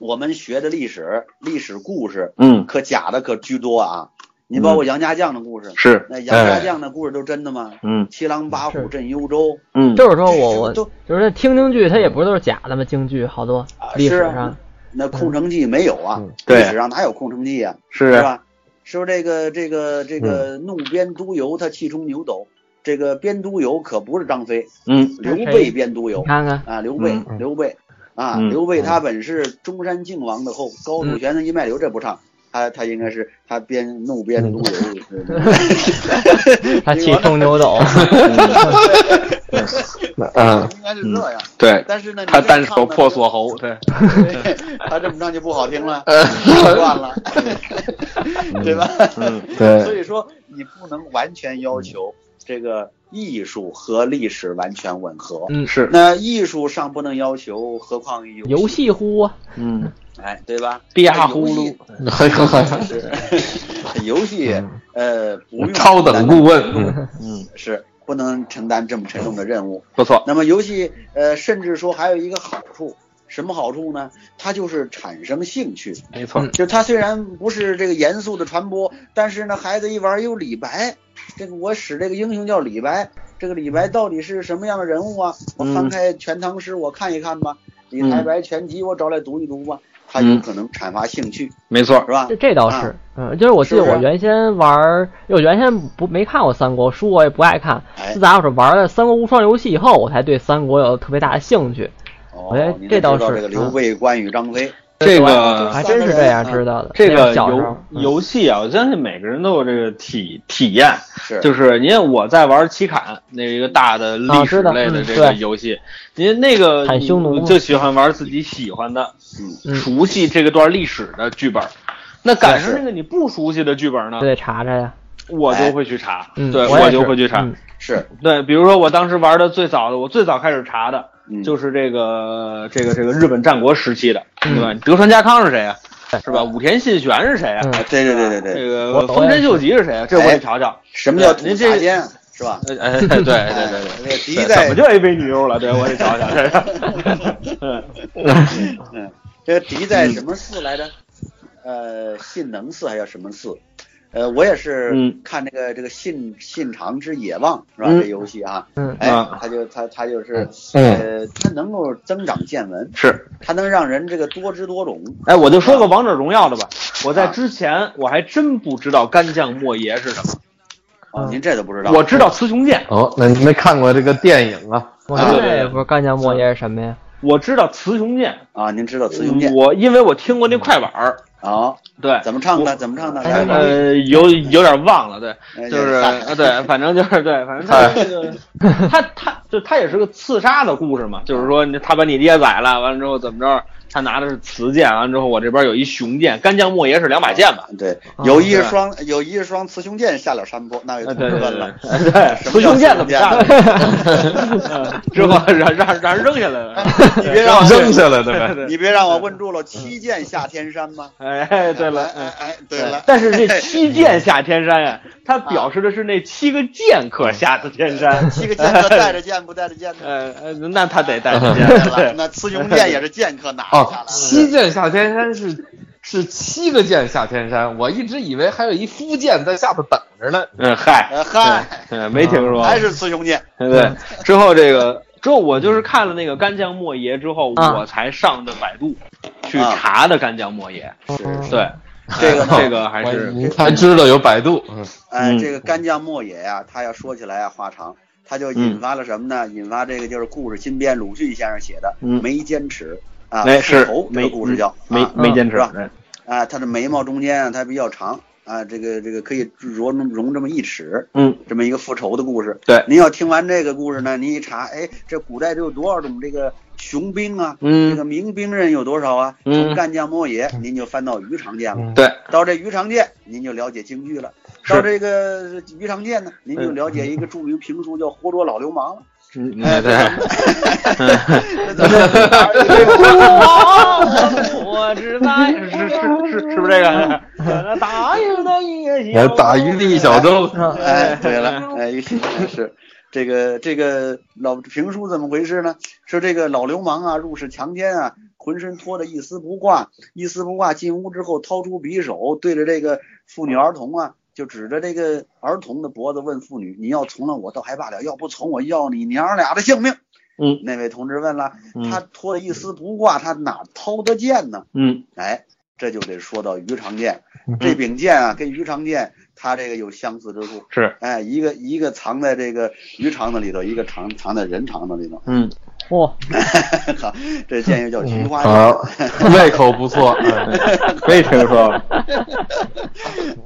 Speaker 2: 我们学的历史、历史故事，
Speaker 1: 嗯，
Speaker 2: 可假的可居多啊。你包括杨家将的故事，
Speaker 1: 是，
Speaker 2: 那杨家
Speaker 4: 哎
Speaker 2: 将的故事都真的吗？
Speaker 1: 嗯
Speaker 2: 七郎八虎
Speaker 3: 是
Speaker 2: 镇幽州，
Speaker 1: 嗯，
Speaker 3: 就是说
Speaker 2: 这
Speaker 3: 我我
Speaker 2: 都
Speaker 3: 就是听京剧，它也不都是假的嘛，京剧好多
Speaker 2: 啊
Speaker 3: 历史
Speaker 2: 是啊
Speaker 3: 上，
Speaker 2: 那空城计没有啊
Speaker 4: 嗯？
Speaker 1: 对
Speaker 2: 历史上哪有空城计啊？
Speaker 1: 是
Speaker 2: 是吧？是不是这个这个这个怒鞭督邮他气冲牛斗，这个鞭督邮可不是张飞，
Speaker 1: 嗯
Speaker 2: 刘备鞭督
Speaker 3: 你
Speaker 2: 邮 [LAUGHS]
Speaker 3: 看看，
Speaker 2: 啊，刘备
Speaker 4: 嗯
Speaker 2: 刘备啊，
Speaker 1: 嗯
Speaker 2: 刘备他本是中山靖王的后，高祖玄孙一脉刘，这不唱。他他应该是他鞭怒鞭督邮，对对对
Speaker 3: 他气冲牛斗，
Speaker 2: [LAUGHS]
Speaker 4: 嗯，
Speaker 2: 应该是这样。
Speaker 1: 对，
Speaker 2: 但是呢，你
Speaker 1: 他
Speaker 2: 这
Speaker 1: 单
Speaker 2: 唱
Speaker 1: 手
Speaker 2: 呢
Speaker 1: 破锁喉，对，
Speaker 2: 对他这么唱就不好听了， [LAUGHS] 习惯了， [LAUGHS] 对吧？
Speaker 1: 嗯
Speaker 2: 所
Speaker 4: 对，
Speaker 2: 以说你不能完全要求这个艺术和历史完全吻合。
Speaker 3: 嗯，
Speaker 1: 是，
Speaker 2: 那艺术上不能要求，何况
Speaker 3: 游
Speaker 2: 游戏？
Speaker 3: 戏乎啊，
Speaker 1: 嗯，
Speaker 2: 哎，对吧？
Speaker 1: 嗲呼噜，
Speaker 4: 很很很
Speaker 2: 是 [LAUGHS] 游戏，呃，不用
Speaker 4: 超等顾问，嗯
Speaker 1: 嗯，
Speaker 2: 是不能承担这么沉重的任务。
Speaker 1: 不错，
Speaker 2: 那么游戏，呃，甚至说还有一个好处，什么好处呢？它就是产生兴趣。
Speaker 1: 没错，
Speaker 4: 嗯
Speaker 2: 就它虽然不是这个严肃的传播，但是呢，孩子一玩有李白，这个我使这个英雄叫李白，这个李白到底是什么样的人物啊？我
Speaker 1: 嗯
Speaker 2: 翻开《全唐诗》，我看一看吧，李
Speaker 1: 嗯
Speaker 2: 太白全集我找来读一读吧，他有
Speaker 1: 嗯
Speaker 2: 可能阐发兴趣，
Speaker 1: 没错，
Speaker 2: 是吧
Speaker 3: 这？这倒是
Speaker 2: 啊，
Speaker 3: 嗯，就是我记
Speaker 2: 是
Speaker 3: 得
Speaker 2: 不
Speaker 3: 我
Speaker 2: 是
Speaker 3: 原先玩儿，因为我原先不没看过三国书，我也不爱看。
Speaker 2: 哎
Speaker 3: 自，打我是玩了《三国无双》游戏以后，我才对三国有特别大的兴趣。
Speaker 2: 哦
Speaker 3: 哎，
Speaker 2: 你
Speaker 3: 这
Speaker 2: 知
Speaker 3: 倒
Speaker 2: 道
Speaker 3: 是
Speaker 2: 这个
Speaker 1: 啊
Speaker 2: 刘备、关羽、张飞，
Speaker 1: 这
Speaker 2: 啊
Speaker 1: 个
Speaker 3: 还真是这样
Speaker 2: 嗯
Speaker 3: 知道的。
Speaker 1: 这
Speaker 3: 那
Speaker 1: 个
Speaker 3: 是小时候
Speaker 1: 游，游戏啊，我相信每个人都有这个体体验，
Speaker 2: 是
Speaker 1: 就是您看我在玩《奇坎》，那是一个大的历史类的这个游戏，您那个
Speaker 3: 袒嗯匈奴
Speaker 1: 你就喜欢玩自己喜欢的、
Speaker 2: 嗯，
Speaker 3: 嗯
Speaker 1: 熟悉这个段历史的剧本。那赶上
Speaker 2: 是
Speaker 1: 那个你不熟悉的剧本呢
Speaker 3: 就，得查查呀。
Speaker 1: 我就会去查，
Speaker 3: 嗯，
Speaker 1: 对
Speaker 3: 我也
Speaker 1: 就是会去查。
Speaker 3: 嗯
Speaker 2: 是，
Speaker 1: 对，比如说我当时玩的最早的，我最早开始查的
Speaker 2: 嗯，
Speaker 1: 就是这个这个这个日本战国时期的，对吧？德川家康是谁啊？是吧？武田信玄是谁啊？
Speaker 3: 嗯
Speaker 2: 啊对对对
Speaker 1: 这
Speaker 2: 对对，
Speaker 1: 个丰臣秀吉是谁啊？这我得瞧瞧。
Speaker 2: 什么叫土
Speaker 1: 您这
Speaker 2: 茶间是吧？
Speaker 1: 哎哎，对对对
Speaker 2: 哎
Speaker 1: 对对。，
Speaker 2: 这个第一
Speaker 1: [LAUGHS] 怎
Speaker 2: 代
Speaker 1: 么就 A v 女优了？对我得瞧瞧。 [LAUGHS] 这
Speaker 2: [LAUGHS] 嗯，这个敌在什么寺来着？呃，信能寺还叫什么寺？呃，我也是
Speaker 1: 嗯
Speaker 2: 看这个这个信信长之野望是吧？
Speaker 1: 嗯
Speaker 2: 这游戏啊，
Speaker 3: 嗯
Speaker 2: 哎
Speaker 1: 啊，
Speaker 2: 他就他他就是，
Speaker 4: 嗯
Speaker 2: 呃，他能够增长见闻，
Speaker 1: [LAUGHS] 是，
Speaker 2: 他能让人这个多知多懂。
Speaker 1: 哎，我就说个王者荣耀的吧。我在之前我还真不知道干将莫邪是什么，
Speaker 2: 哦，
Speaker 3: 嗯
Speaker 2: 您这都不知道？
Speaker 1: 我知道雌雄剑，
Speaker 4: 哦，那你没看过这个电影啊？
Speaker 3: 我
Speaker 2: 啊
Speaker 3: 现
Speaker 1: 对
Speaker 3: 在
Speaker 1: 对
Speaker 3: 也不是干将莫邪是什么呀？
Speaker 1: 我知道雌雄剑，
Speaker 2: 啊，您知道
Speaker 1: 嗯
Speaker 2: 雌雄剑
Speaker 1: 我因为我听过那快板儿，
Speaker 2: 啊？
Speaker 1: 对，
Speaker 2: 怎么唱
Speaker 1: 我
Speaker 2: 的？怎么唱的？
Speaker 3: 哎
Speaker 2: 来吧
Speaker 1: 呃，有有点忘了，对，
Speaker 2: 哎
Speaker 1: 就是
Speaker 2: 嗨
Speaker 1: 啊，
Speaker 2: [LAUGHS]
Speaker 1: 对，反正就是对，反正他这个，他他就他也是个刺杀的故事嘛，就是说你他把你爹宰了，完了之后怎么着，他拿的是雌剑，完之后我这边有一雄剑，干将莫邪是两把剑吧？嗯
Speaker 2: 对，
Speaker 3: 啊
Speaker 2: 有一
Speaker 1: 对吧
Speaker 2: 双有一双雌雄剑下了山坡，那
Speaker 1: 啊
Speaker 2: 就
Speaker 1: 对
Speaker 2: 问
Speaker 1: 对对
Speaker 2: 了，
Speaker 1: 对，对
Speaker 2: 什么叫
Speaker 1: 雄剑怎么
Speaker 2: 雌雄剑
Speaker 1: 下的？ [LAUGHS] 之后让让让人扔下来了，
Speaker 2: 你别让我
Speaker 4: 扔下来的呗。
Speaker 1: 对
Speaker 2: 你别让我问住了，七剑下天山吗？
Speaker 1: 哎， [LAUGHS] 对了，
Speaker 2: 哎
Speaker 1: 嗯。
Speaker 2: 哎， [LAUGHS] 对
Speaker 1: [LAUGHS]
Speaker 2: 了，
Speaker 1: 但是这七剑下天山呀，它表示的是那七个剑客下的天山。
Speaker 2: 七个剑客带着剑不带着剑呢？
Speaker 1: [LAUGHS] 呃呃，那他得带着剑
Speaker 2: 对了，
Speaker 1: [LAUGHS] 对
Speaker 2: 那雌雄剑也是剑客拿下来
Speaker 4: 哦，
Speaker 2: 了。
Speaker 4: 七剑下天山是是七个剑下天山，我一直以为还有一夫剑在下头等着呢。
Speaker 1: 嗯，嗨，
Speaker 2: 呃嗨，
Speaker 1: 嗯，没听说。
Speaker 2: 还是雌雄剑，
Speaker 1: 对，之后这个之后我就是看了那个干将莫邪之后，
Speaker 3: 啊
Speaker 1: 我才上的百度去
Speaker 2: 啊
Speaker 1: 查的干将莫邪。
Speaker 2: 是
Speaker 3: 嗯
Speaker 2: 是
Speaker 1: 对，
Speaker 2: 这
Speaker 1: 哎
Speaker 2: 个
Speaker 4: 嗯啊
Speaker 1: 这个还是
Speaker 4: 您才知道有百度，嗯
Speaker 2: 哎，
Speaker 1: 嗯
Speaker 2: 这个干将莫邪呀，他要说起来啊，话长，他就
Speaker 1: 嗯
Speaker 2: 引发了什么呢？引发这个就是故事新编，鲁迅先生写的
Speaker 1: 嗯
Speaker 2: 《眉间尺》啊，
Speaker 1: 哎是
Speaker 2: 头这
Speaker 1: 眉
Speaker 2: 个故事叫
Speaker 1: 没
Speaker 2: 啊
Speaker 1: 没坚持
Speaker 2: 是。吧啊，他的眉毛中间啊，它比较长啊，这个这个可以容容这么一尺，
Speaker 1: 嗯，
Speaker 2: 这么一个复仇的故事。
Speaker 1: 对
Speaker 2: 您要听完这个故事呢，您一查，哎，这古代这有多少种这个雄兵啊？这
Speaker 1: 嗯
Speaker 2: 个民兵人有多少啊？
Speaker 1: 嗯
Speaker 2: 从干将莫邪，您就翻到于长剑了。
Speaker 4: 嗯
Speaker 1: 对，
Speaker 2: 到这于长剑，您就了解京剧了；
Speaker 1: 是
Speaker 2: 到这个于长剑呢，您就了解一个著名评书叫《活捉老流氓》了。
Speaker 1: 嗯
Speaker 2: 哎
Speaker 1: 对，嗯
Speaker 2: 这怎么
Speaker 1: 我只在是是是是不是这个？打鱼的一
Speaker 4: [LAUGHS] 我打鱼的一小
Speaker 2: [LAUGHS]
Speaker 4: 舟。
Speaker 3: 嗯
Speaker 2: 哎，对了，哎，是这个这个老评书怎么回事呢？说这个老流氓啊，入室强奸啊，浑身脱得一丝不挂，一丝不挂进屋之后，掏出匕首对着这个妇女儿童啊，就指着这个儿童的脖子问妇女：“你要从了我倒还罢了，要不从我要你娘俩的性命。”
Speaker 1: 嗯，
Speaker 2: 那位同志问了，
Speaker 1: 嗯
Speaker 2: 他脱得一丝不挂，他哪掏得剑呢？
Speaker 1: 嗯
Speaker 2: 哎，这就得说到于长剑
Speaker 4: 嗯，
Speaker 2: 这柄剑啊，跟于长剑它这个有相似之处。
Speaker 1: 是
Speaker 2: 哎，一个一个藏在这个鱼肠子里头，一个藏藏在人肠子里头。 [LAUGHS]
Speaker 1: 嗯
Speaker 3: 哇，
Speaker 2: 好，这剑又叫菊花
Speaker 4: 嗯好
Speaker 2: 剑。，
Speaker 4: 胃口不错。嗯
Speaker 1: [LAUGHS] 没听说。
Speaker 2: [LAUGHS]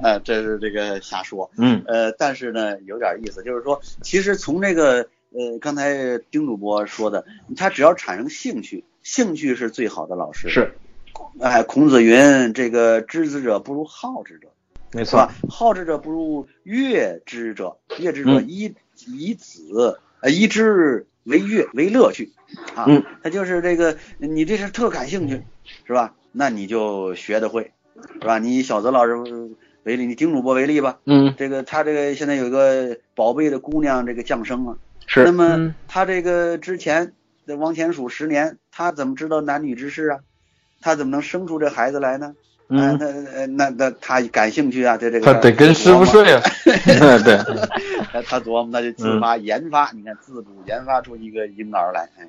Speaker 2: 哎，这是这个瞎说。
Speaker 1: 嗯
Speaker 2: 呃，但是呢，有点意思，就是说，其实从这个呃，刚才丁主播说的，他只要产生兴趣，兴趣是最好的老师。
Speaker 1: 是。
Speaker 2: 哎，孔子云：“这个知之者不如好之者，
Speaker 1: 没
Speaker 2: 是
Speaker 1: 错
Speaker 2: 吧？好之者不如乐之者，乐之者
Speaker 1: 嗯
Speaker 2: 以、以子呃以之为乐为乐趣。”啊，
Speaker 1: 嗯
Speaker 2: 他就是这个，你这是特感兴趣，是吧？那你就学得会，是吧？你以小泽老师为例，你丁主播为例吧，
Speaker 1: 嗯
Speaker 2: 这个他这个现在有一个宝贝的姑娘，这个降生了。那
Speaker 1: 是
Speaker 2: 么
Speaker 3: 嗯
Speaker 2: 他这个之前的往前数十年，他怎么知道男女之事啊？他怎么能生出这孩子来呢？
Speaker 1: 嗯
Speaker 2: 呃那呃那那他感兴趣啊，对这个
Speaker 4: 他得跟师
Speaker 2: [LAUGHS]
Speaker 4: 傅睡啊。
Speaker 1: 嗯
Speaker 4: 嗯
Speaker 1: 对
Speaker 2: 他他琢磨，他就自
Speaker 1: 嗯
Speaker 2: 发研发，你看自主研发出一个婴儿来，哎，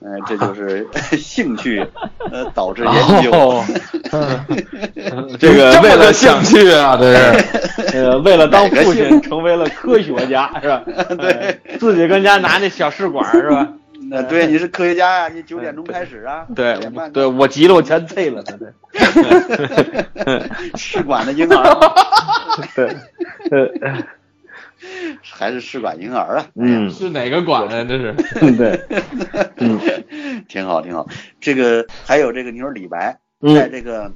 Speaker 2: 呃，这就是
Speaker 1: [LAUGHS]
Speaker 2: 兴趣，呃，导致研究。
Speaker 1: 哦，
Speaker 3: 嗯，
Speaker 1: 这个
Speaker 4: 这
Speaker 1: 为
Speaker 4: 么
Speaker 1: 了
Speaker 4: 个
Speaker 1: 向
Speaker 4: 兴趣啊，这是。
Speaker 1: 呃为了当父亲成为了科学家是吧？对，自己跟家拿那小试管是吧？
Speaker 2: 那对，你是科学家呀、你九点钟开始啊，
Speaker 1: 对
Speaker 2: 九点半
Speaker 1: 对，我急了，我全退了，对
Speaker 2: [LAUGHS] 试管的婴儿啊
Speaker 1: 对对
Speaker 2: 还是试管婴儿啊，
Speaker 1: 嗯
Speaker 4: 是哪个馆啊？这是
Speaker 1: 对嗯
Speaker 2: [LAUGHS] 挺好挺好。这个还有这个，你说李白在
Speaker 1: 嗯
Speaker 2: 这个《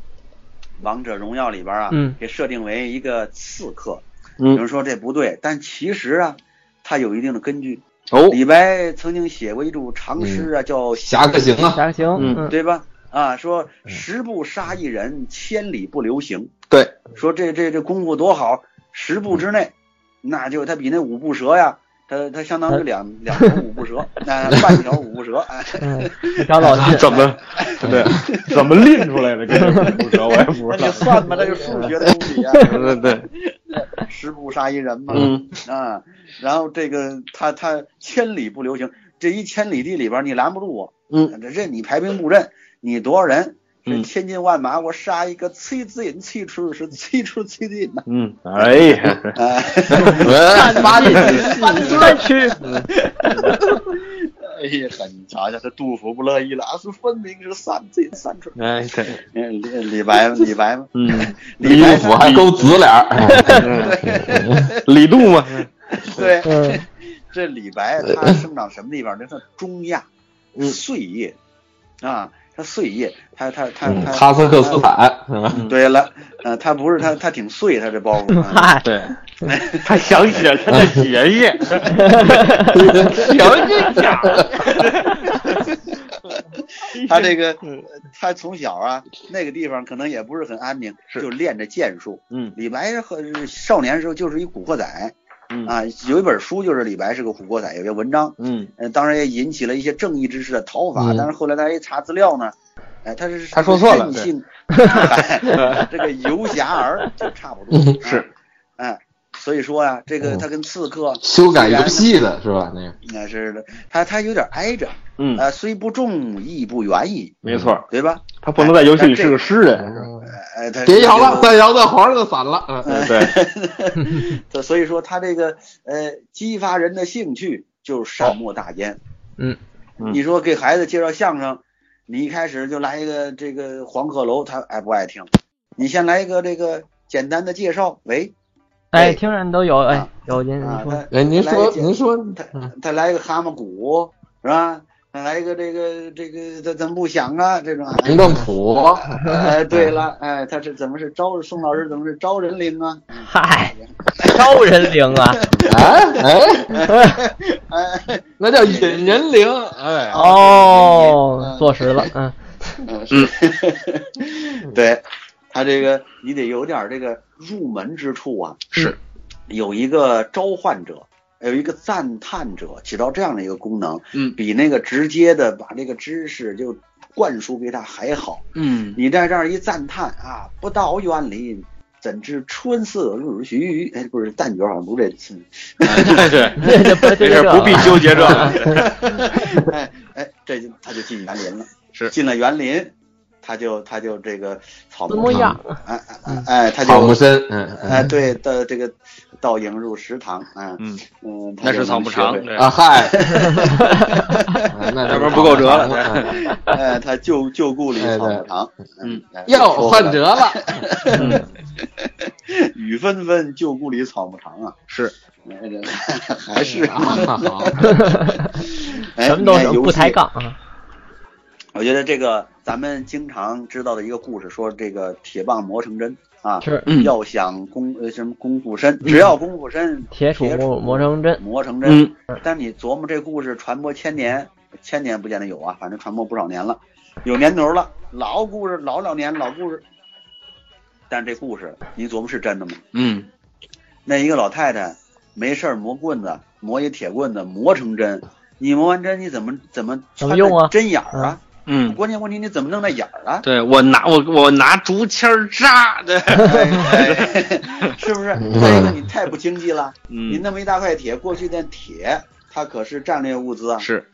Speaker 2: 王者荣耀》里边啊，
Speaker 3: 嗯
Speaker 2: 给设定为一个刺客，有
Speaker 1: 嗯
Speaker 2: 人说这不对，但其实啊，它有一定的根据。
Speaker 1: 哦
Speaker 2: 李白曾经写过一首长诗啊，叫《
Speaker 4: 侠客行啊。
Speaker 3: 下个行，
Speaker 1: 嗯
Speaker 3: 嗯，
Speaker 2: 对吧？啊，说十步杀一人，千里不留行。
Speaker 1: 对，
Speaker 2: 说这这这功夫多好，十步之内，那就他比那五步蛇呀，他他相
Speaker 1: 嗯
Speaker 2: 当于两两条五步蛇，那、半条五步蛇。
Speaker 1: [LAUGHS]
Speaker 2: 哎
Speaker 3: 嗯，长老 [LAUGHS] 进，
Speaker 1: 怎么对怎么拎出来的？跟这不折，我也不
Speaker 2: 那
Speaker 1: 知
Speaker 2: 就
Speaker 1: 道。
Speaker 2: 算吧，那就数学的东西呀、
Speaker 1: 对对，
Speaker 2: 十步杀一人嘛。
Speaker 1: 嗯
Speaker 2: 啊，然后这个他他千里不留行，这一千里地里边你拦不住我，
Speaker 1: 嗯，
Speaker 2: 这任你排兵布阵，你多少人，这
Speaker 1: 嗯
Speaker 2: 千军万马我杀一个，催子引催出是催出催子引呐，
Speaker 1: 嗯，哎呀，
Speaker 4: [LAUGHS]
Speaker 2: 啊，
Speaker 4: 哎
Speaker 3: 八里山区，
Speaker 2: 哎呀，你瞧瞧，这杜甫不乐意了，啊，是分明是三子引三出，
Speaker 1: 哎对，
Speaker 2: 嗯，李李白李白
Speaker 4: [LAUGHS]
Speaker 2: 嘛，
Speaker 1: 嗯，
Speaker 2: 李
Speaker 4: 衣
Speaker 2: 白
Speaker 4: 服还勾紫脸儿，
Speaker 1: 李杜嘛，
Speaker 2: 对，
Speaker 3: 嗯，
Speaker 2: [LAUGHS] 这李白他生长什么地方？这是中亚，
Speaker 1: 嗯
Speaker 2: 碎叶，啊，他碎叶，他他他
Speaker 4: 嗯，
Speaker 2: 他
Speaker 4: 哈萨克斯坦是吧？
Speaker 2: 对了，呃，他不是他他挺碎，他这包袱。啊
Speaker 3: 嗨，
Speaker 1: 对，
Speaker 5: 他想起了他的爷爷，想起讲，
Speaker 4: 嗯
Speaker 2: [LAUGHS] 他这个，
Speaker 1: 嗯
Speaker 2: 他从小啊，那个地方可能也不是很安宁，就练着剑术。
Speaker 1: 嗯
Speaker 2: 李白和少年时候就是一古惑仔，
Speaker 1: 嗯
Speaker 2: 啊，有一本书就是李白是个古惑仔，有些文章，
Speaker 1: 嗯，
Speaker 2: 呃，当然也引起了一些正义之士的讨伐。
Speaker 4: 嗯
Speaker 2: 但是后来大家一查资料呢，哎，他是
Speaker 1: 他说错了
Speaker 2: 任性，哎 [LAUGHS] 这个游侠儿就差不多
Speaker 4: 是，
Speaker 2: 啊哎，所以说呀，这个
Speaker 4: 嗯
Speaker 2: 他跟刺客
Speaker 4: 修改游戏的是吧？那个
Speaker 2: 应该呃是的，他他有点挨着，
Speaker 1: 嗯
Speaker 2: 呃，虽不中，亦不远矣，
Speaker 1: 没错，
Speaker 2: 对吧？
Speaker 5: 他不能在游戏里是个诗人，
Speaker 2: 哎，他
Speaker 4: 别摇
Speaker 2: [LAUGHS]
Speaker 4: 了，再摇到皇上就散了。嗯
Speaker 5: 对对，
Speaker 2: 他所以说他这个呃，激发人的兴趣就是善莫大焉。
Speaker 4: 嗯
Speaker 1: 嗯
Speaker 2: 你说给孩子介绍相声，你一开始就来一个这个黄鹤楼，他爱不爱听？你先来一个这个简单的介绍，喂，
Speaker 3: 哎，
Speaker 2: 对
Speaker 3: 听着都有，哎
Speaker 2: 啊，
Speaker 3: 有您您
Speaker 2: 啊，
Speaker 3: 说，
Speaker 2: 他
Speaker 4: 哎，您
Speaker 2: 来
Speaker 4: 说
Speaker 2: 一，
Speaker 4: 您说，
Speaker 2: 他他来一个蛤蟆鼓是吧？他来一个这个这个他怎么不响啊？这种啊。
Speaker 4: 明政谱，
Speaker 2: 哎，对 [LAUGHS] 了，哎，他是怎么是招宋老师怎么是招人灵啊？
Speaker 3: 嗨，招人灵 [LAUGHS] 啊！
Speaker 4: 哎哎，
Speaker 2: [LAUGHS] 哎，
Speaker 4: 那叫引人灵，
Speaker 2: [LAUGHS]
Speaker 4: 哎，
Speaker 3: 哦，坐实了，嗯，
Speaker 2: 嗯，是嗯 [LAUGHS] 对，他这个你得有点儿这个入门之处啊，
Speaker 4: 是
Speaker 2: 有一个召唤者，有一个赞叹者，起到这样的一个功能，
Speaker 1: 嗯
Speaker 2: 比那个直接的把这个知识就灌输给他还好。
Speaker 1: 嗯
Speaker 2: 你在这儿一赞叹啊，不到园林。怎知春色入徐？哎，不是，旦角好像不是这词。
Speaker 1: 对对，
Speaker 3: 这 [LAUGHS] 这
Speaker 5: 没
Speaker 3: 不
Speaker 5: 事，不必纠结这
Speaker 4: [LAUGHS]
Speaker 5: 个，
Speaker 2: [LAUGHS] 哎哎，这就他就进园林了。
Speaker 1: 是
Speaker 2: 进了园林，他就他就这个草
Speaker 3: 字
Speaker 2: 木
Speaker 3: 模样，
Speaker 2: 哎哎哎哎，他就
Speaker 4: 草木深，嗯
Speaker 2: 哎，
Speaker 4: 嗯
Speaker 2: 对的，这个倒影入食堂，啊，
Speaker 1: 嗯，
Speaker 2: 嗯，他
Speaker 1: 那
Speaker 2: 就是能
Speaker 1: 草木长
Speaker 2: 学，会
Speaker 1: 对
Speaker 4: 啊
Speaker 1: [LAUGHS]
Speaker 4: 嗨，哎那
Speaker 1: 要不然不够折了
Speaker 4: 哎
Speaker 1: [LAUGHS]
Speaker 2: 哎，他就就故里草木长，
Speaker 1: 嗯，
Speaker 2: 哎
Speaker 4: 又换折
Speaker 1: [LAUGHS]
Speaker 4: 了，
Speaker 2: [LAUGHS] 雨纷纷，就故里草木长啊，
Speaker 1: 是
Speaker 2: 哎这还是
Speaker 4: 啊，
Speaker 1: [LAUGHS]
Speaker 4: 好
Speaker 2: [LAUGHS] 哎
Speaker 3: 什么都
Speaker 2: 你看
Speaker 3: 能，
Speaker 2: 游
Speaker 3: 不
Speaker 2: 戏
Speaker 3: 抬杠啊！
Speaker 2: 我觉得这个咱们经常知道的一个故事，说这个铁棒磨成针啊，
Speaker 3: 是
Speaker 1: 嗯
Speaker 2: 要想功呃什么功夫深，只要功夫深，
Speaker 3: 铁杵磨磨成针，
Speaker 2: 磨成针。
Speaker 1: 嗯
Speaker 2: 但你琢磨这故事传播千年，千年不见得有啊，反正传播不少年了，有年头了，老故事，老老年老故事。但这故事你琢磨是真的吗？
Speaker 1: 嗯
Speaker 2: 那一个老太太没事儿磨棍子，磨一铁棍子磨成针，你磨完针你怎么怎么
Speaker 3: 怎么
Speaker 2: 穿
Speaker 3: 用啊
Speaker 2: 那针眼儿啊？
Speaker 1: 嗯，
Speaker 2: 关键问题你怎么弄那眼儿啊？
Speaker 1: 对我拿我我拿竹签儿扎，对，
Speaker 2: 哎 [LAUGHS] 是不是？再一个你太不经济了，你
Speaker 1: 嗯
Speaker 2: 那么一大块铁，过去那铁它可是战略物资啊，
Speaker 1: 是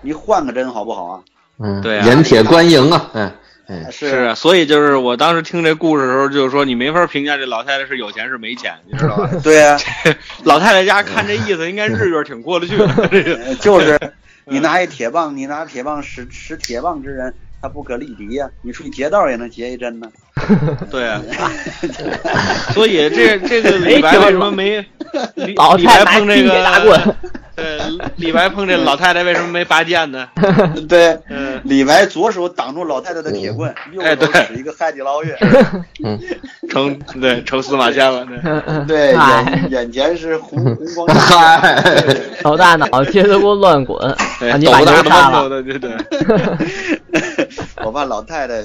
Speaker 2: 你换个针好不好啊？
Speaker 4: 嗯，
Speaker 1: 对啊
Speaker 4: 盐铁观营啊，嗯嗯，
Speaker 2: 是
Speaker 1: 是啊，所以就是我当时听这故事的时候，就是说你没法评价这老太太是有钱是没钱，你知道
Speaker 3: [LAUGHS]
Speaker 1: 吧？
Speaker 2: 对啊呀、
Speaker 1: 老太太家看这意思，应该日月挺过得去
Speaker 3: [LAUGHS]
Speaker 1: 的，这个
Speaker 2: 呃就是 [LAUGHS] 你拿一铁棒，你拿铁棒使使铁棒之人，他不可力敌呀、你出去劫道也能劫一针呢。
Speaker 1: 对啊，
Speaker 2: [LAUGHS]
Speaker 1: 所以这这个李白为什么没李
Speaker 3: 哎老
Speaker 1: 李白
Speaker 3: 太拿
Speaker 1: 碰这
Speaker 3: 铁
Speaker 1: 个
Speaker 3: 大棍，
Speaker 1: 对，李白碰这老太太为什么没拔剑呢？
Speaker 2: 对，
Speaker 1: 嗯，
Speaker 2: 李白左手挡住老太太的铁棍，右
Speaker 1: 哎
Speaker 2: 手
Speaker 1: 对
Speaker 2: 使一个海底捞月。
Speaker 4: 嗯
Speaker 1: 成对成司马迁了，对，
Speaker 3: 嗯
Speaker 2: [LAUGHS]
Speaker 3: 嗯，
Speaker 2: 对，
Speaker 3: [LAUGHS] 嗨，
Speaker 2: 眼眼前是红红光大
Speaker 4: 嗨，
Speaker 2: [LAUGHS]
Speaker 3: 老大脑贴子锅乱滚，啊
Speaker 1: 对
Speaker 3: 你
Speaker 1: 抖
Speaker 3: 把
Speaker 1: 大
Speaker 3: 牛
Speaker 1: 的
Speaker 3: 杀
Speaker 1: 闷头，
Speaker 3: 了
Speaker 1: 的，对对，
Speaker 2: [LAUGHS] 我怕老太太，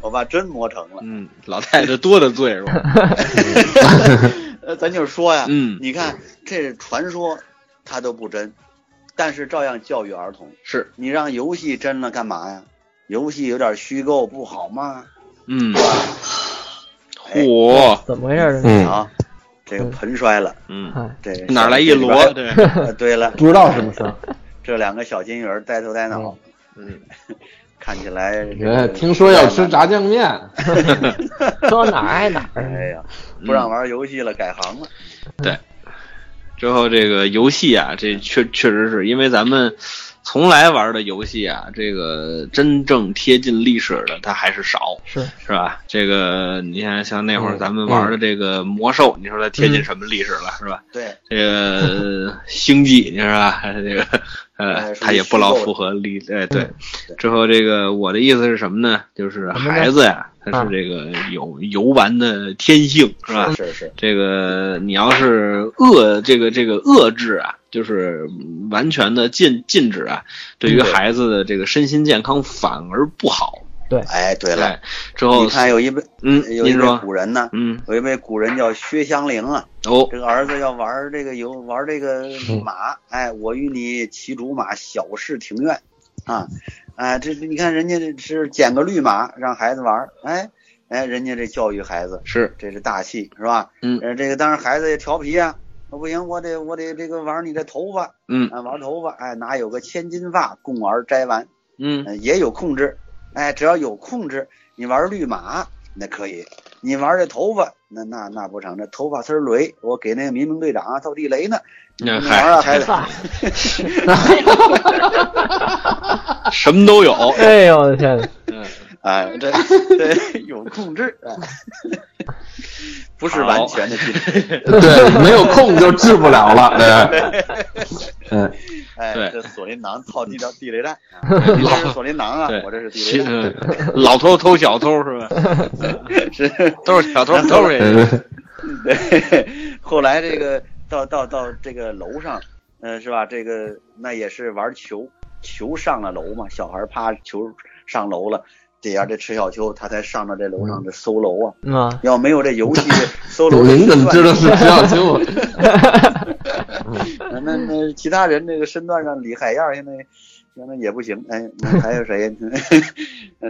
Speaker 2: 我怕真磨成
Speaker 1: [LAUGHS]
Speaker 2: 了。
Speaker 1: 嗯，老太太多的罪是
Speaker 3: [LAUGHS]
Speaker 1: 吧？
Speaker 2: 呃，咱就是说呀，
Speaker 1: 嗯
Speaker 2: 你看这传说，它都不真，但是照样教育儿童。
Speaker 1: 是，
Speaker 2: 你让游戏真了干嘛呀？游戏有点虚构不好吗？
Speaker 1: 嗯，嚯，
Speaker 3: 怎么回事儿？
Speaker 4: 嗯，
Speaker 2: 啊，这个盆摔了，
Speaker 1: 嗯，
Speaker 3: 哎，
Speaker 2: 这个
Speaker 1: 哪来一
Speaker 2: 小
Speaker 1: 摞？
Speaker 2: 金鱼儿？
Speaker 1: 对，
Speaker 2: 呃对了，
Speaker 4: 不知道什么 [LAUGHS] 事儿，
Speaker 2: 这两个小金鱼儿带头带脑，
Speaker 1: 嗯，
Speaker 2: 看起来这
Speaker 4: 哎
Speaker 2: 个
Speaker 4: 听说要吃炸酱
Speaker 1: [LAUGHS]
Speaker 4: 面，
Speaker 3: 哎说哪儿挨哪儿。啊
Speaker 2: [LAUGHS] 哎呀，不
Speaker 4: 嗯
Speaker 2: 让玩游戏了，改行了。
Speaker 1: 之后这个游戏啊，这确确实是因为咱们从来玩的游戏啊，这个真正贴近历史的它还是少，
Speaker 3: 是
Speaker 1: 是吧？这个你看，像那会儿
Speaker 4: 嗯
Speaker 1: 咱们玩的这个魔兽，你说它贴近什么历史了，是吧？
Speaker 2: 对，
Speaker 1: 这个星际，你说吧？这个呃
Speaker 2: 哎，
Speaker 1: 它也不老符合理，哎，对
Speaker 3: 嗯。
Speaker 1: 之后这个我的意思是什么呢？就是孩子呀，他是这个有游玩的天性，是吧？
Speaker 2: 是是，
Speaker 1: 这个你要是遏这个这个遏制啊，就是完全的禁禁止啊，对于
Speaker 2: 对
Speaker 1: 孩子的这个身心健康反而不好。
Speaker 2: 哎，对了，
Speaker 1: 哎，之后
Speaker 2: 你看有一位，
Speaker 1: 嗯，
Speaker 2: 有一
Speaker 1: 您
Speaker 2: 位
Speaker 1: 说，
Speaker 2: 古人呢，
Speaker 1: 嗯，
Speaker 2: 有一位古人叫薛香菱啊，
Speaker 1: 哦，
Speaker 2: 这个儿子要玩这个游玩这个马，哎，我与你骑竹马，小事庭院，啊，啊，这你看人家这是捡个绿马让孩子玩，哎，哎，人家这教育孩子
Speaker 1: 是，
Speaker 2: 这是大气是吧？
Speaker 1: 嗯
Speaker 2: 呃，这个当然孩子也调皮啊，说不行，我得我得这个玩你的头发，
Speaker 1: 嗯
Speaker 2: 啊，玩头发，哎，哪有个千金发供儿摘完，
Speaker 1: 嗯，
Speaker 2: 呃也有控制，哎，只要有控制，你玩绿马那可以，你玩这头发那那那不成，这头发丝儿雷，我给那个民兵队长啊造地雷呢，你
Speaker 1: 那
Speaker 2: 玩啊孩子，
Speaker 1: 什么
Speaker 2: [LAUGHS]
Speaker 1: 都有，
Speaker 3: 哎呦我的天哪！
Speaker 1: 嗯，
Speaker 2: 哎，这
Speaker 1: [LAUGHS]
Speaker 2: 这有控制，哎、不是完全的
Speaker 1: [LAUGHS]
Speaker 2: 禁止，
Speaker 4: 对，没有空就治不了哎了。对，嗯，
Speaker 2: 哎，
Speaker 1: 对
Speaker 2: 这锁麟囊套地雷地
Speaker 1: [LAUGHS]
Speaker 2: 雷弹，啊你这是锁麟囊啊
Speaker 1: 对，
Speaker 2: 我这是地
Speaker 1: 其
Speaker 2: 雷弹，
Speaker 1: 嗯 [LAUGHS] 老头偷小偷是吧？
Speaker 2: [LAUGHS] 是。
Speaker 1: 都是小偷偷人。
Speaker 4: 嗯
Speaker 2: 对， [LAUGHS] 后来这个到到到这个楼上，嗯、是吧？这个那也是玩球，球上了楼嘛，小孩啪球上楼了，这样这池小秋他才上到这楼上这搜楼啊，
Speaker 3: 嗯啊，
Speaker 2: 要没有这游戏搜楼
Speaker 4: 鲁
Speaker 2: 的
Speaker 4: 林呃怎么
Speaker 2: [LAUGHS] 身
Speaker 4: 知
Speaker 2: 段，
Speaker 4: 道是石小秋？
Speaker 2: 那那那其他人这个身段上李海燕现在。现在也不行，哎，那还有谁？ [LAUGHS]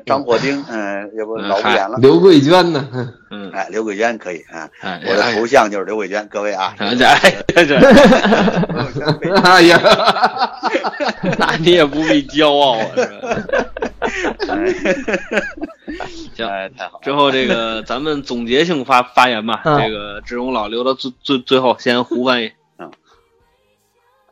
Speaker 2: 张火丁，嗯、要不
Speaker 1: 嗯
Speaker 2: 老不演了。
Speaker 4: 刘桂娟呢？ [LAUGHS]
Speaker 1: 嗯，
Speaker 2: 哎，刘桂娟可以啊，
Speaker 1: 哎，
Speaker 2: 我的头像就是刘桂娟，各位啊，
Speaker 1: 哎，哎，这这，
Speaker 2: 刘桂娟被
Speaker 4: 哎呀，
Speaker 1: 哎
Speaker 2: [LAUGHS]
Speaker 1: 那你也不必骄傲啊。是吧行
Speaker 2: 哎，太好了。
Speaker 1: 之后这
Speaker 2: [LAUGHS]
Speaker 1: 个咱们总结性发发言吧，
Speaker 3: 嗯
Speaker 1: 这个志勇老留到最最最后，先胡翻译。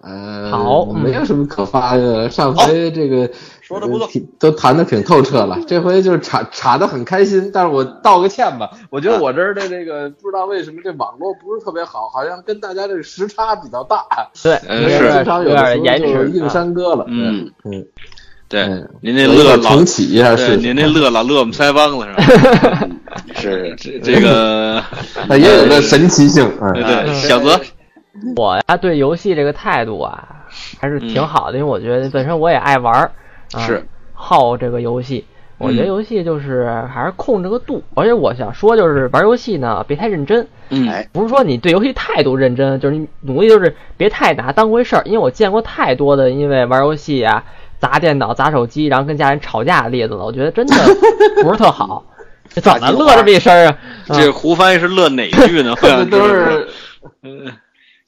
Speaker 4: 呃，
Speaker 3: 好嗯
Speaker 4: 没有什么可发的。上回这个
Speaker 2: 说得不错 [LAUGHS]
Speaker 4: 呃挺都谈的挺透彻了。这回就是查查的很开心，但是我道个歉吧，我觉得我这儿的这个不知道为什么这网络不是特别好，好像跟大家这个时差比较大，
Speaker 3: 对，
Speaker 1: 呃
Speaker 3: 有
Speaker 1: 是
Speaker 3: 点
Speaker 4: 时差
Speaker 3: 有
Speaker 4: 有的
Speaker 3: 点
Speaker 4: 时候
Speaker 3: 延
Speaker 4: 就硬
Speaker 3: 迟啊。
Speaker 4: 山歌了。
Speaker 1: 嗯
Speaker 4: 嗯，
Speaker 1: 对
Speaker 4: 嗯，
Speaker 1: 您那
Speaker 4: 这
Speaker 1: 乐老
Speaker 4: 重，启一下
Speaker 1: 对，
Speaker 4: 试试
Speaker 1: 您。那乐老乐我们腮帮子是吧？
Speaker 4: [LAUGHS]
Speaker 2: 是
Speaker 1: 这这个，
Speaker 4: 那也有个神奇性，
Speaker 1: 对
Speaker 4: 嗯，
Speaker 2: 哎
Speaker 1: 对，小泽，
Speaker 3: 我呀对游戏这个态度
Speaker 1: 嗯
Speaker 3: 啊，还是挺好的，因为我觉得本身我也爱玩儿，啊
Speaker 1: 是
Speaker 3: 好这个游戏。我觉得
Speaker 1: 嗯
Speaker 3: 游戏就是还是控制个度，而且我想说就是玩游戏呢，别太认真。
Speaker 1: 嗯，
Speaker 2: 哎
Speaker 3: 不是说你对游戏态度认真，就是你努力就是别太拿当回事儿，因为我见过太多的因为玩游戏啊砸电脑、砸手机，然后跟家人吵架的例子了，我觉得真的不是特
Speaker 1: [LAUGHS]
Speaker 3: 好。 [LAUGHS] 这怎么乐这么一声啊？
Speaker 1: 这胡翻译是乐哪句
Speaker 2: [LAUGHS]
Speaker 1: 呢？我
Speaker 4: 这
Speaker 1: 想知道
Speaker 4: 都是。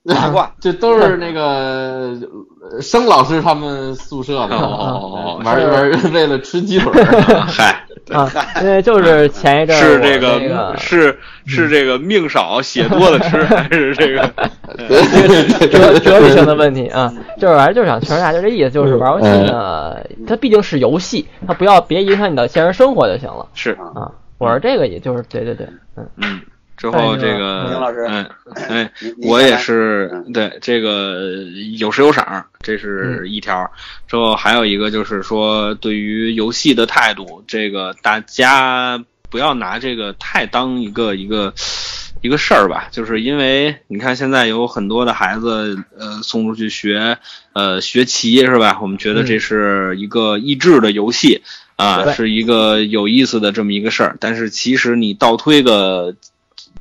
Speaker 2: 八卦，
Speaker 4: 这都是那个呃生老师他们宿舍的，
Speaker 1: 哦哦哦哦
Speaker 4: 玩一玩，为了吃鸡腿儿，
Speaker 1: 嗨，
Speaker 3: 啊，因为就是前一阵儿
Speaker 1: 是
Speaker 3: 我
Speaker 1: 这
Speaker 3: 个、
Speaker 1: 个是
Speaker 4: 嗯
Speaker 1: 是这个命少血多的吃，还是这
Speaker 2: [LAUGHS]
Speaker 1: 个？嗯
Speaker 3: [LAUGHS] 哲哲理性的问题啊，就是反正就是想劝大家，就这意思，就是玩游戏呢，它毕竟是游戏，它不要别影响你的现实生活就行了
Speaker 1: 是，
Speaker 3: 啊。我是这个，也就是对对对，嗯，
Speaker 1: 嗯，之
Speaker 4: 哎
Speaker 1: 后这个，
Speaker 2: 丁老师
Speaker 1: 嗯，哎，
Speaker 2: 你你
Speaker 1: 我也
Speaker 2: 看
Speaker 1: 是
Speaker 2: 嗯
Speaker 1: 对这个有时有赏儿，这是一条。之后还有一个就是说，对于游戏的态度，这个大家不要拿这个太当一个一个一个事儿吧，就是因为你看现在有很多的孩子，呃，送出去学，呃，学棋是吧？我们觉
Speaker 2: 嗯
Speaker 1: 得这是一个益智的游戏。啊，
Speaker 3: 对
Speaker 1: 是一个有意思的这么一个事儿，但是其实你倒推个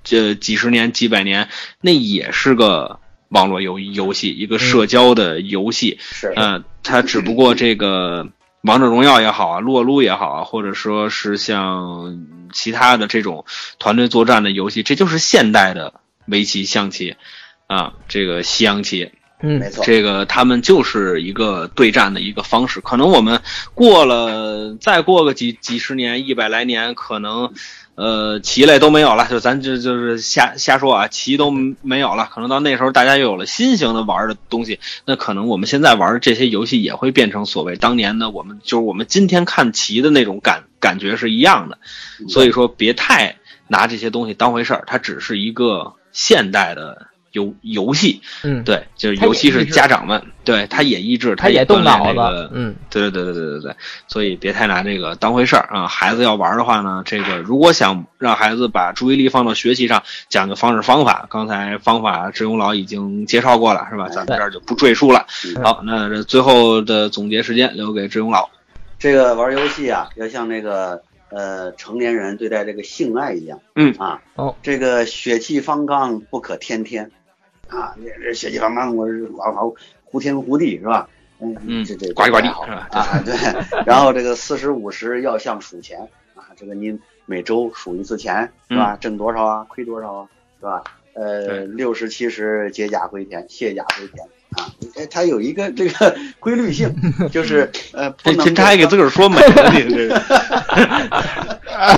Speaker 1: 这几十年、几百年，那也是个网络游游戏，一个社交的游戏。
Speaker 2: 是
Speaker 1: 嗯，它只不过这个王者荣耀也好啊，撸啊撸也好啊，或者说是像其他的这种团队作战的游戏，这就是现代的围棋、象棋啊，这个西洋棋。
Speaker 2: 没
Speaker 3: 嗯，
Speaker 2: 错，
Speaker 1: 这个他们就是一个对战的一个方式。可能我们过了再过个几几十年、一百来年，可能呃棋类都没有了，就咱就就是瞎瞎说啊，棋都没有了。可能到那时候大家又有了新型的玩的东西，那可能我们现在玩的这些游戏也会变成所谓当年的我们，就是我们今天看棋的那种感感觉是一样的。所以说，别太拿这些东西当回事儿，它只是一个现代的游游戏，
Speaker 3: 嗯，
Speaker 1: 对，就是
Speaker 3: 他也
Speaker 1: 尤其是
Speaker 3: 益智
Speaker 1: 家长们，对他也益智，
Speaker 3: 他
Speaker 1: 也
Speaker 3: 也动
Speaker 1: 锻炼这
Speaker 3: 脑
Speaker 1: 个
Speaker 3: 子，嗯，
Speaker 1: 对对对对对对对，所以别太拿这个当回事儿啊。孩子要玩的话呢，这个如果想让孩子把注意力放到学习上，讲个方式方法。刚才方法志勇老已经介绍过了，是吧？咱们这儿就不赘述了。
Speaker 2: 嗯
Speaker 1: 好，那这最后的总结时间留给志勇老。
Speaker 2: 这个玩游戏啊，要像这个呃成年人对待这个性爱一样，
Speaker 1: 嗯
Speaker 2: 啊，
Speaker 3: 哦，
Speaker 2: 这个血气方刚不可天天，啊，这这血气方刚，我是好好呼天呼地是吧？嗯
Speaker 1: 嗯
Speaker 2: 这这
Speaker 1: 呱唧呱唧
Speaker 2: 这不太好
Speaker 1: 是吧
Speaker 2: 啊，对。然后这个四十五十要像数钱啊，这个您每周数一次钱是吧？挣多少啊？亏多少啊？是吧？呃，
Speaker 1: 嗯对
Speaker 2: 六十七十解甲回田，卸甲回田啊，它它有一个这个 [LAUGHS] 规律性，就是呃，不
Speaker 1: 这
Speaker 2: 能
Speaker 1: 这他还给自个儿说美了，你这个
Speaker 2: [LAUGHS] 呃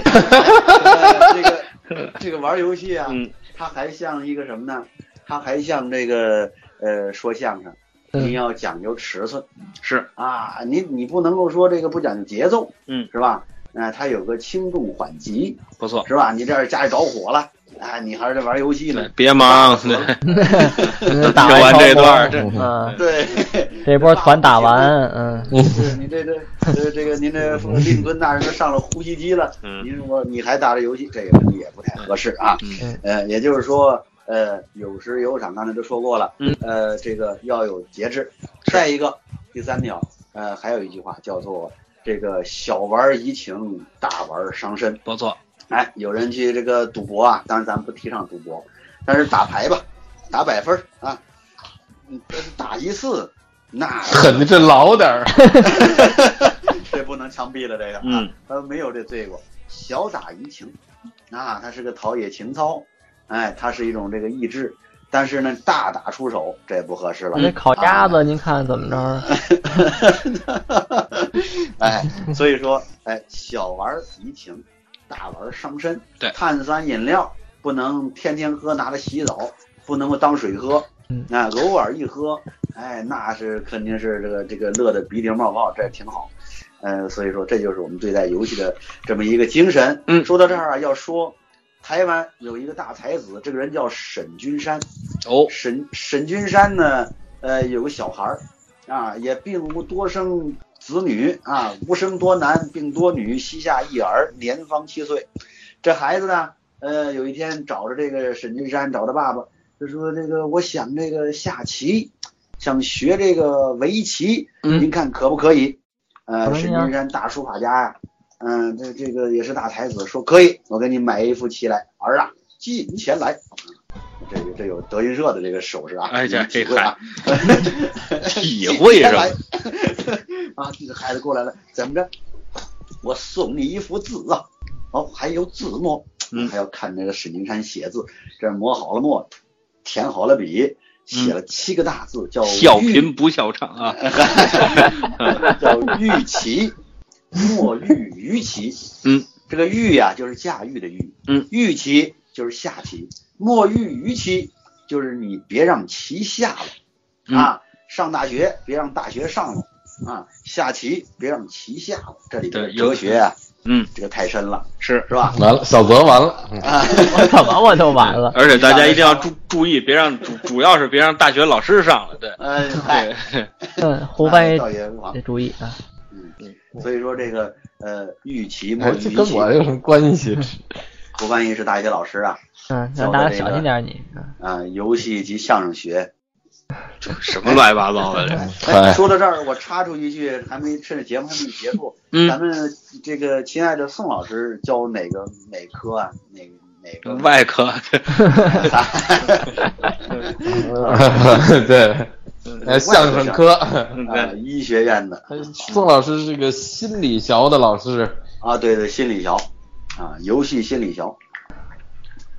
Speaker 2: 这个这个玩游戏啊，
Speaker 1: 嗯
Speaker 2: 它还像一个什么呢？它还像这个呃说相声，
Speaker 3: 嗯
Speaker 2: 你要讲究尺寸
Speaker 1: 是
Speaker 2: 啊，你你不能够说这个不讲究节奏，
Speaker 1: 嗯，
Speaker 2: 是吧？那、它有个轻重缓急，
Speaker 1: 不错。
Speaker 2: 是吧？你这儿家里着火了，啊，你还是在玩游戏
Speaker 1: 对
Speaker 2: 呢，，
Speaker 1: 别忙，对，[LAUGHS]
Speaker 3: 嗯打
Speaker 1: 说完
Speaker 3: 完
Speaker 1: 这
Speaker 3: 超
Speaker 1: 段儿，
Speaker 3: 过
Speaker 1: 这 [LAUGHS]
Speaker 3: 嗯，
Speaker 2: 对，
Speaker 3: 这波团打完，嗯，
Speaker 2: 是 [LAUGHS] 你这这这这个您这令尊大人都上了呼吸机了，
Speaker 1: 嗯
Speaker 2: 您说你还打着游戏，这个也不太合适啊。
Speaker 1: 嗯
Speaker 2: 呃，也就是说，呃，有时有场，刚才都说过了，
Speaker 1: 嗯，
Speaker 2: 呃，这个要有节制。再一个，第三条，呃，还有一句话叫做这个小玩怡情，大玩伤身。
Speaker 1: 不错，
Speaker 2: 哎，有人去这个赌博啊，当然咱不提倡赌博，但是打
Speaker 1: [LAUGHS]
Speaker 2: 牌吧，打百分儿啊，嗯打一次，
Speaker 1: [LAUGHS]
Speaker 2: 那
Speaker 4: 狠的这老点儿，
Speaker 2: 这不能枪毙了，这个，啊
Speaker 1: 嗯，
Speaker 2: 他没有这罪过，小打怡情，啊，它是个陶冶情操，哎，它是一种这个益智，但是呢，大打出手这不合适了，
Speaker 3: 那烤鸭子您看怎么着？
Speaker 2: [LAUGHS] 哎，所以说，哎，小玩怡情，大玩伤身，
Speaker 1: 对
Speaker 2: 碳酸饮料不能天天喝，拿来洗澡不能够当水喝
Speaker 3: 嗯，
Speaker 2: 那、偶尔一喝，哎，那是肯定是这个这个乐的鼻涕冒泡，这挺好。呃，所以说这就是我们对待游戏的这么一个精神。
Speaker 1: 嗯
Speaker 2: 说到这儿啊，要说台湾有一个大才子，这个人叫沈君山。
Speaker 1: 哦，
Speaker 2: 沈沈君山呢，呃，有个小孩儿，啊，也并无多生子女啊，无生多男，并多女，膝下一儿，年方七岁。这孩子呢，呃，有一天找着这个沈君山，找他爸爸，就说这个我想这个下棋，想学这个围棋，
Speaker 1: [LAUGHS] 嗯
Speaker 2: 您看可不可以？呃，
Speaker 3: 可以啊
Speaker 2: 沈君山大书法家呀、嗯，这这个也是大才子，说可以，我给你买一副棋来，儿啊，进前来。这个这有德云社的这个手势啊，
Speaker 1: 哎呀
Speaker 2: 体会啊， [LAUGHS]
Speaker 1: 体会是
Speaker 2: 进前
Speaker 1: 吧
Speaker 2: 来？啊，这个孩子过来了，怎么着？我送你一幅字啊，哦，还有字墨，
Speaker 1: 嗯
Speaker 2: 还要看那个沈金山写字，这磨好了墨，填好了笔，写了七个大字，叫
Speaker 1: 笑
Speaker 2: 玉
Speaker 1: 贫不笑娼
Speaker 2: [LAUGHS]
Speaker 1: 啊，
Speaker 2: 叫玉棋，墨玉鱼棋。
Speaker 1: 嗯，
Speaker 2: 这个玉呀、就是驾驭的驭。
Speaker 1: 嗯，
Speaker 2: 玉棋就是下棋，墨玉鱼棋就是你别让棋下了、
Speaker 1: 嗯
Speaker 2: 啊，上大学别让大学上了啊，下棋别让棋下了。这里边
Speaker 1: 对有
Speaker 2: 哲学啊，
Speaker 1: 嗯，
Speaker 2: 这个太深了，
Speaker 1: 是。
Speaker 2: 是
Speaker 4: [LAUGHS]
Speaker 2: 吧？啊
Speaker 4: 完了，小泽完了，嗯
Speaker 3: 我怎么我都完
Speaker 1: [LAUGHS]
Speaker 3: 了？
Speaker 1: 而且大家一定要注注意，别让主主要是别让大学老师上了，对，
Speaker 2: 哎，嗨，
Speaker 3: 嗯，胡
Speaker 2: 哎
Speaker 3: 飞
Speaker 2: 倒也无妨
Speaker 3: 得。注意啊，
Speaker 2: 所以说这个呃，玉棋、墨
Speaker 4: 哎，
Speaker 2: 玉
Speaker 4: 这
Speaker 2: 鱼
Speaker 4: 跟
Speaker 2: 棋，
Speaker 4: 我有什么关系？
Speaker 2: 胡万一是大学老师啊，
Speaker 3: 嗯，让大家小心点儿你。嗯
Speaker 2: 啊、游戏及相声学
Speaker 1: [LAUGHS] 什么乱七八糟的，这
Speaker 2: 哎，
Speaker 4: 哎
Speaker 2: 说到这儿，我插出一句，还没趁着节目还没结束，咱
Speaker 1: 嗯，
Speaker 2: 们这个亲爱的宋老师教哪个哪科啊？哪哪个？啊
Speaker 1: 外科，
Speaker 4: [LAUGHS]
Speaker 1: [LAUGHS]
Speaker 4: 对，哎，相声科，
Speaker 2: 啊，医学院的
Speaker 4: 宋老师是个心理学的老师，
Speaker 2: 啊，对对，心理学啊，游戏心理学，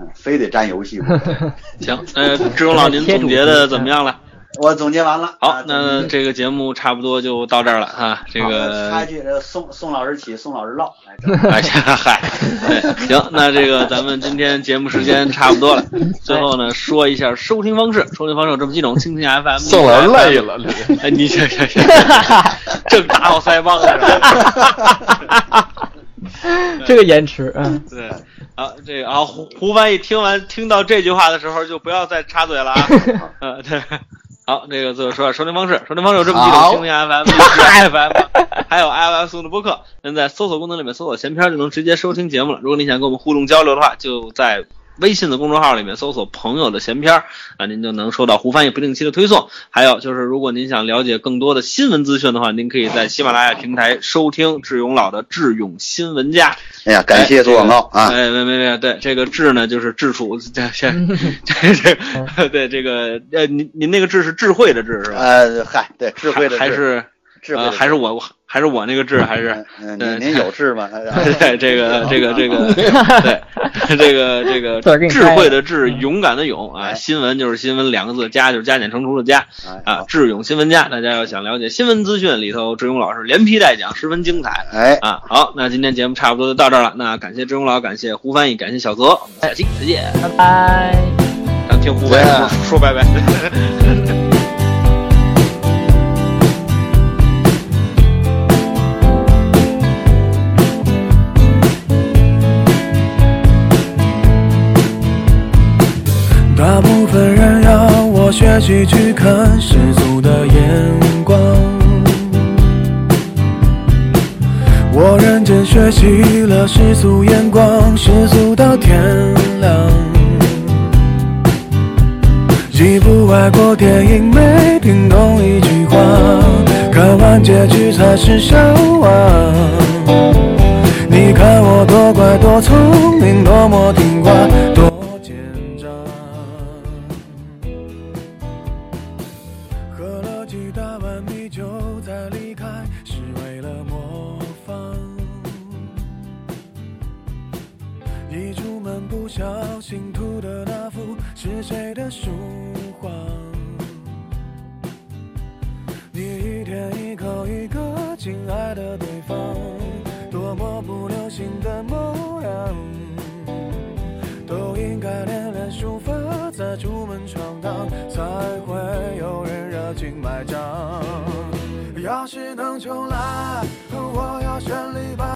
Speaker 2: 嗯、非得沾游戏
Speaker 1: [LAUGHS]
Speaker 2: 不
Speaker 3: 嗯
Speaker 2: 可。
Speaker 1: 行，呃，志勇老您总结
Speaker 2: 哎
Speaker 1: 的怎么样了？
Speaker 2: 我总结完了。
Speaker 1: [LAUGHS] 好
Speaker 2: 啊，
Speaker 1: 那
Speaker 2: 总结
Speaker 1: 这个节目差不多就到这儿了啊，这
Speaker 2: 好插
Speaker 1: 个。
Speaker 2: 一句，呃宋宋老师起，宋老师落，来这
Speaker 1: [LAUGHS] 哎呀，嗨，对，行，那这个咱们今天节目时间差不多了，最后呢说一下收听方式，收听方式有这么几种：蜻蜓 FM、
Speaker 4: 宋老师累了，累了
Speaker 1: 哎，你这这这正打我腮帮子是吧？
Speaker 3: [LAUGHS]
Speaker 1: [LAUGHS]
Speaker 3: 这个延迟，嗯，
Speaker 1: 对，啊，这个啊，胡胡翻译听完听到这句话的时候，就不要再插嘴了啊。呃，对，好，这个最后说下收听方式，收听方式有这么几种：
Speaker 4: 好
Speaker 1: 蜻蜓 [LAUGHS] FM、FM，还有 iOS 送的播客。现在搜索功能里面搜索“闲篇”就能直接收听节目了。如果你想跟我们互动交流的话，就在。微信的公众号里面搜索“朋友的闲篇儿”啊，您就能收到胡翻译不定期的推送。还有就是，如果您想了解更多的新闻资讯的话，您可以在喜马拉雅平台收听智勇老的《智勇新闻家》。
Speaker 2: 哎呀，感谢做广告啊！
Speaker 1: 哎，没没没，对这个智呢，就是智处，这这这这，对这个呃，您您那个智是智慧的智是吧？
Speaker 2: 呃，嗨，对，智慧的
Speaker 1: 还还
Speaker 2: 智
Speaker 1: 是
Speaker 2: 智慧
Speaker 1: 呃
Speaker 2: 的
Speaker 1: 还是我还是我那个智还是
Speaker 2: 嗯嗯，
Speaker 1: 对
Speaker 2: 您您有智
Speaker 1: [LAUGHS]
Speaker 2: 吗？[LAUGHS]
Speaker 1: 对这个这个这个对这个这
Speaker 3: 自个儿给
Speaker 1: 个
Speaker 3: 你
Speaker 1: 智
Speaker 3: 摘了
Speaker 1: 慧的智，勇敢的勇啊，
Speaker 2: 哎
Speaker 1: 新闻就是新闻两个字，加就是加减乘除的加
Speaker 2: 哎
Speaker 1: 啊，智勇新闻家，大家要想了解新闻资讯里头，智勇老师连批带讲，十分精彩。
Speaker 2: 哎，
Speaker 1: 啊，好，那今天节目差不多就到这儿了。那感谢周荣老，感谢胡翻译，感谢小泽，我们下期再见。
Speaker 3: 拜拜。
Speaker 1: 咱听胡翻译说说拜拜。
Speaker 6: 大部分人让我学习去看世俗的眼光，我认真学习了世俗眼光，世俗到天亮。一部外国电影没听懂一句话，看完结局才是笑话。你看我多乖多聪明，多么听话，多奸诈。喝了几大碗米酒才离开，是为了模仿。一出门不小心吐的那幅是谁的书画？你一天一口一个亲爱的对方，多么不流行的模样，都应该练练书法，再出门闯荡，才会有人热情买账。要是能重来，我要学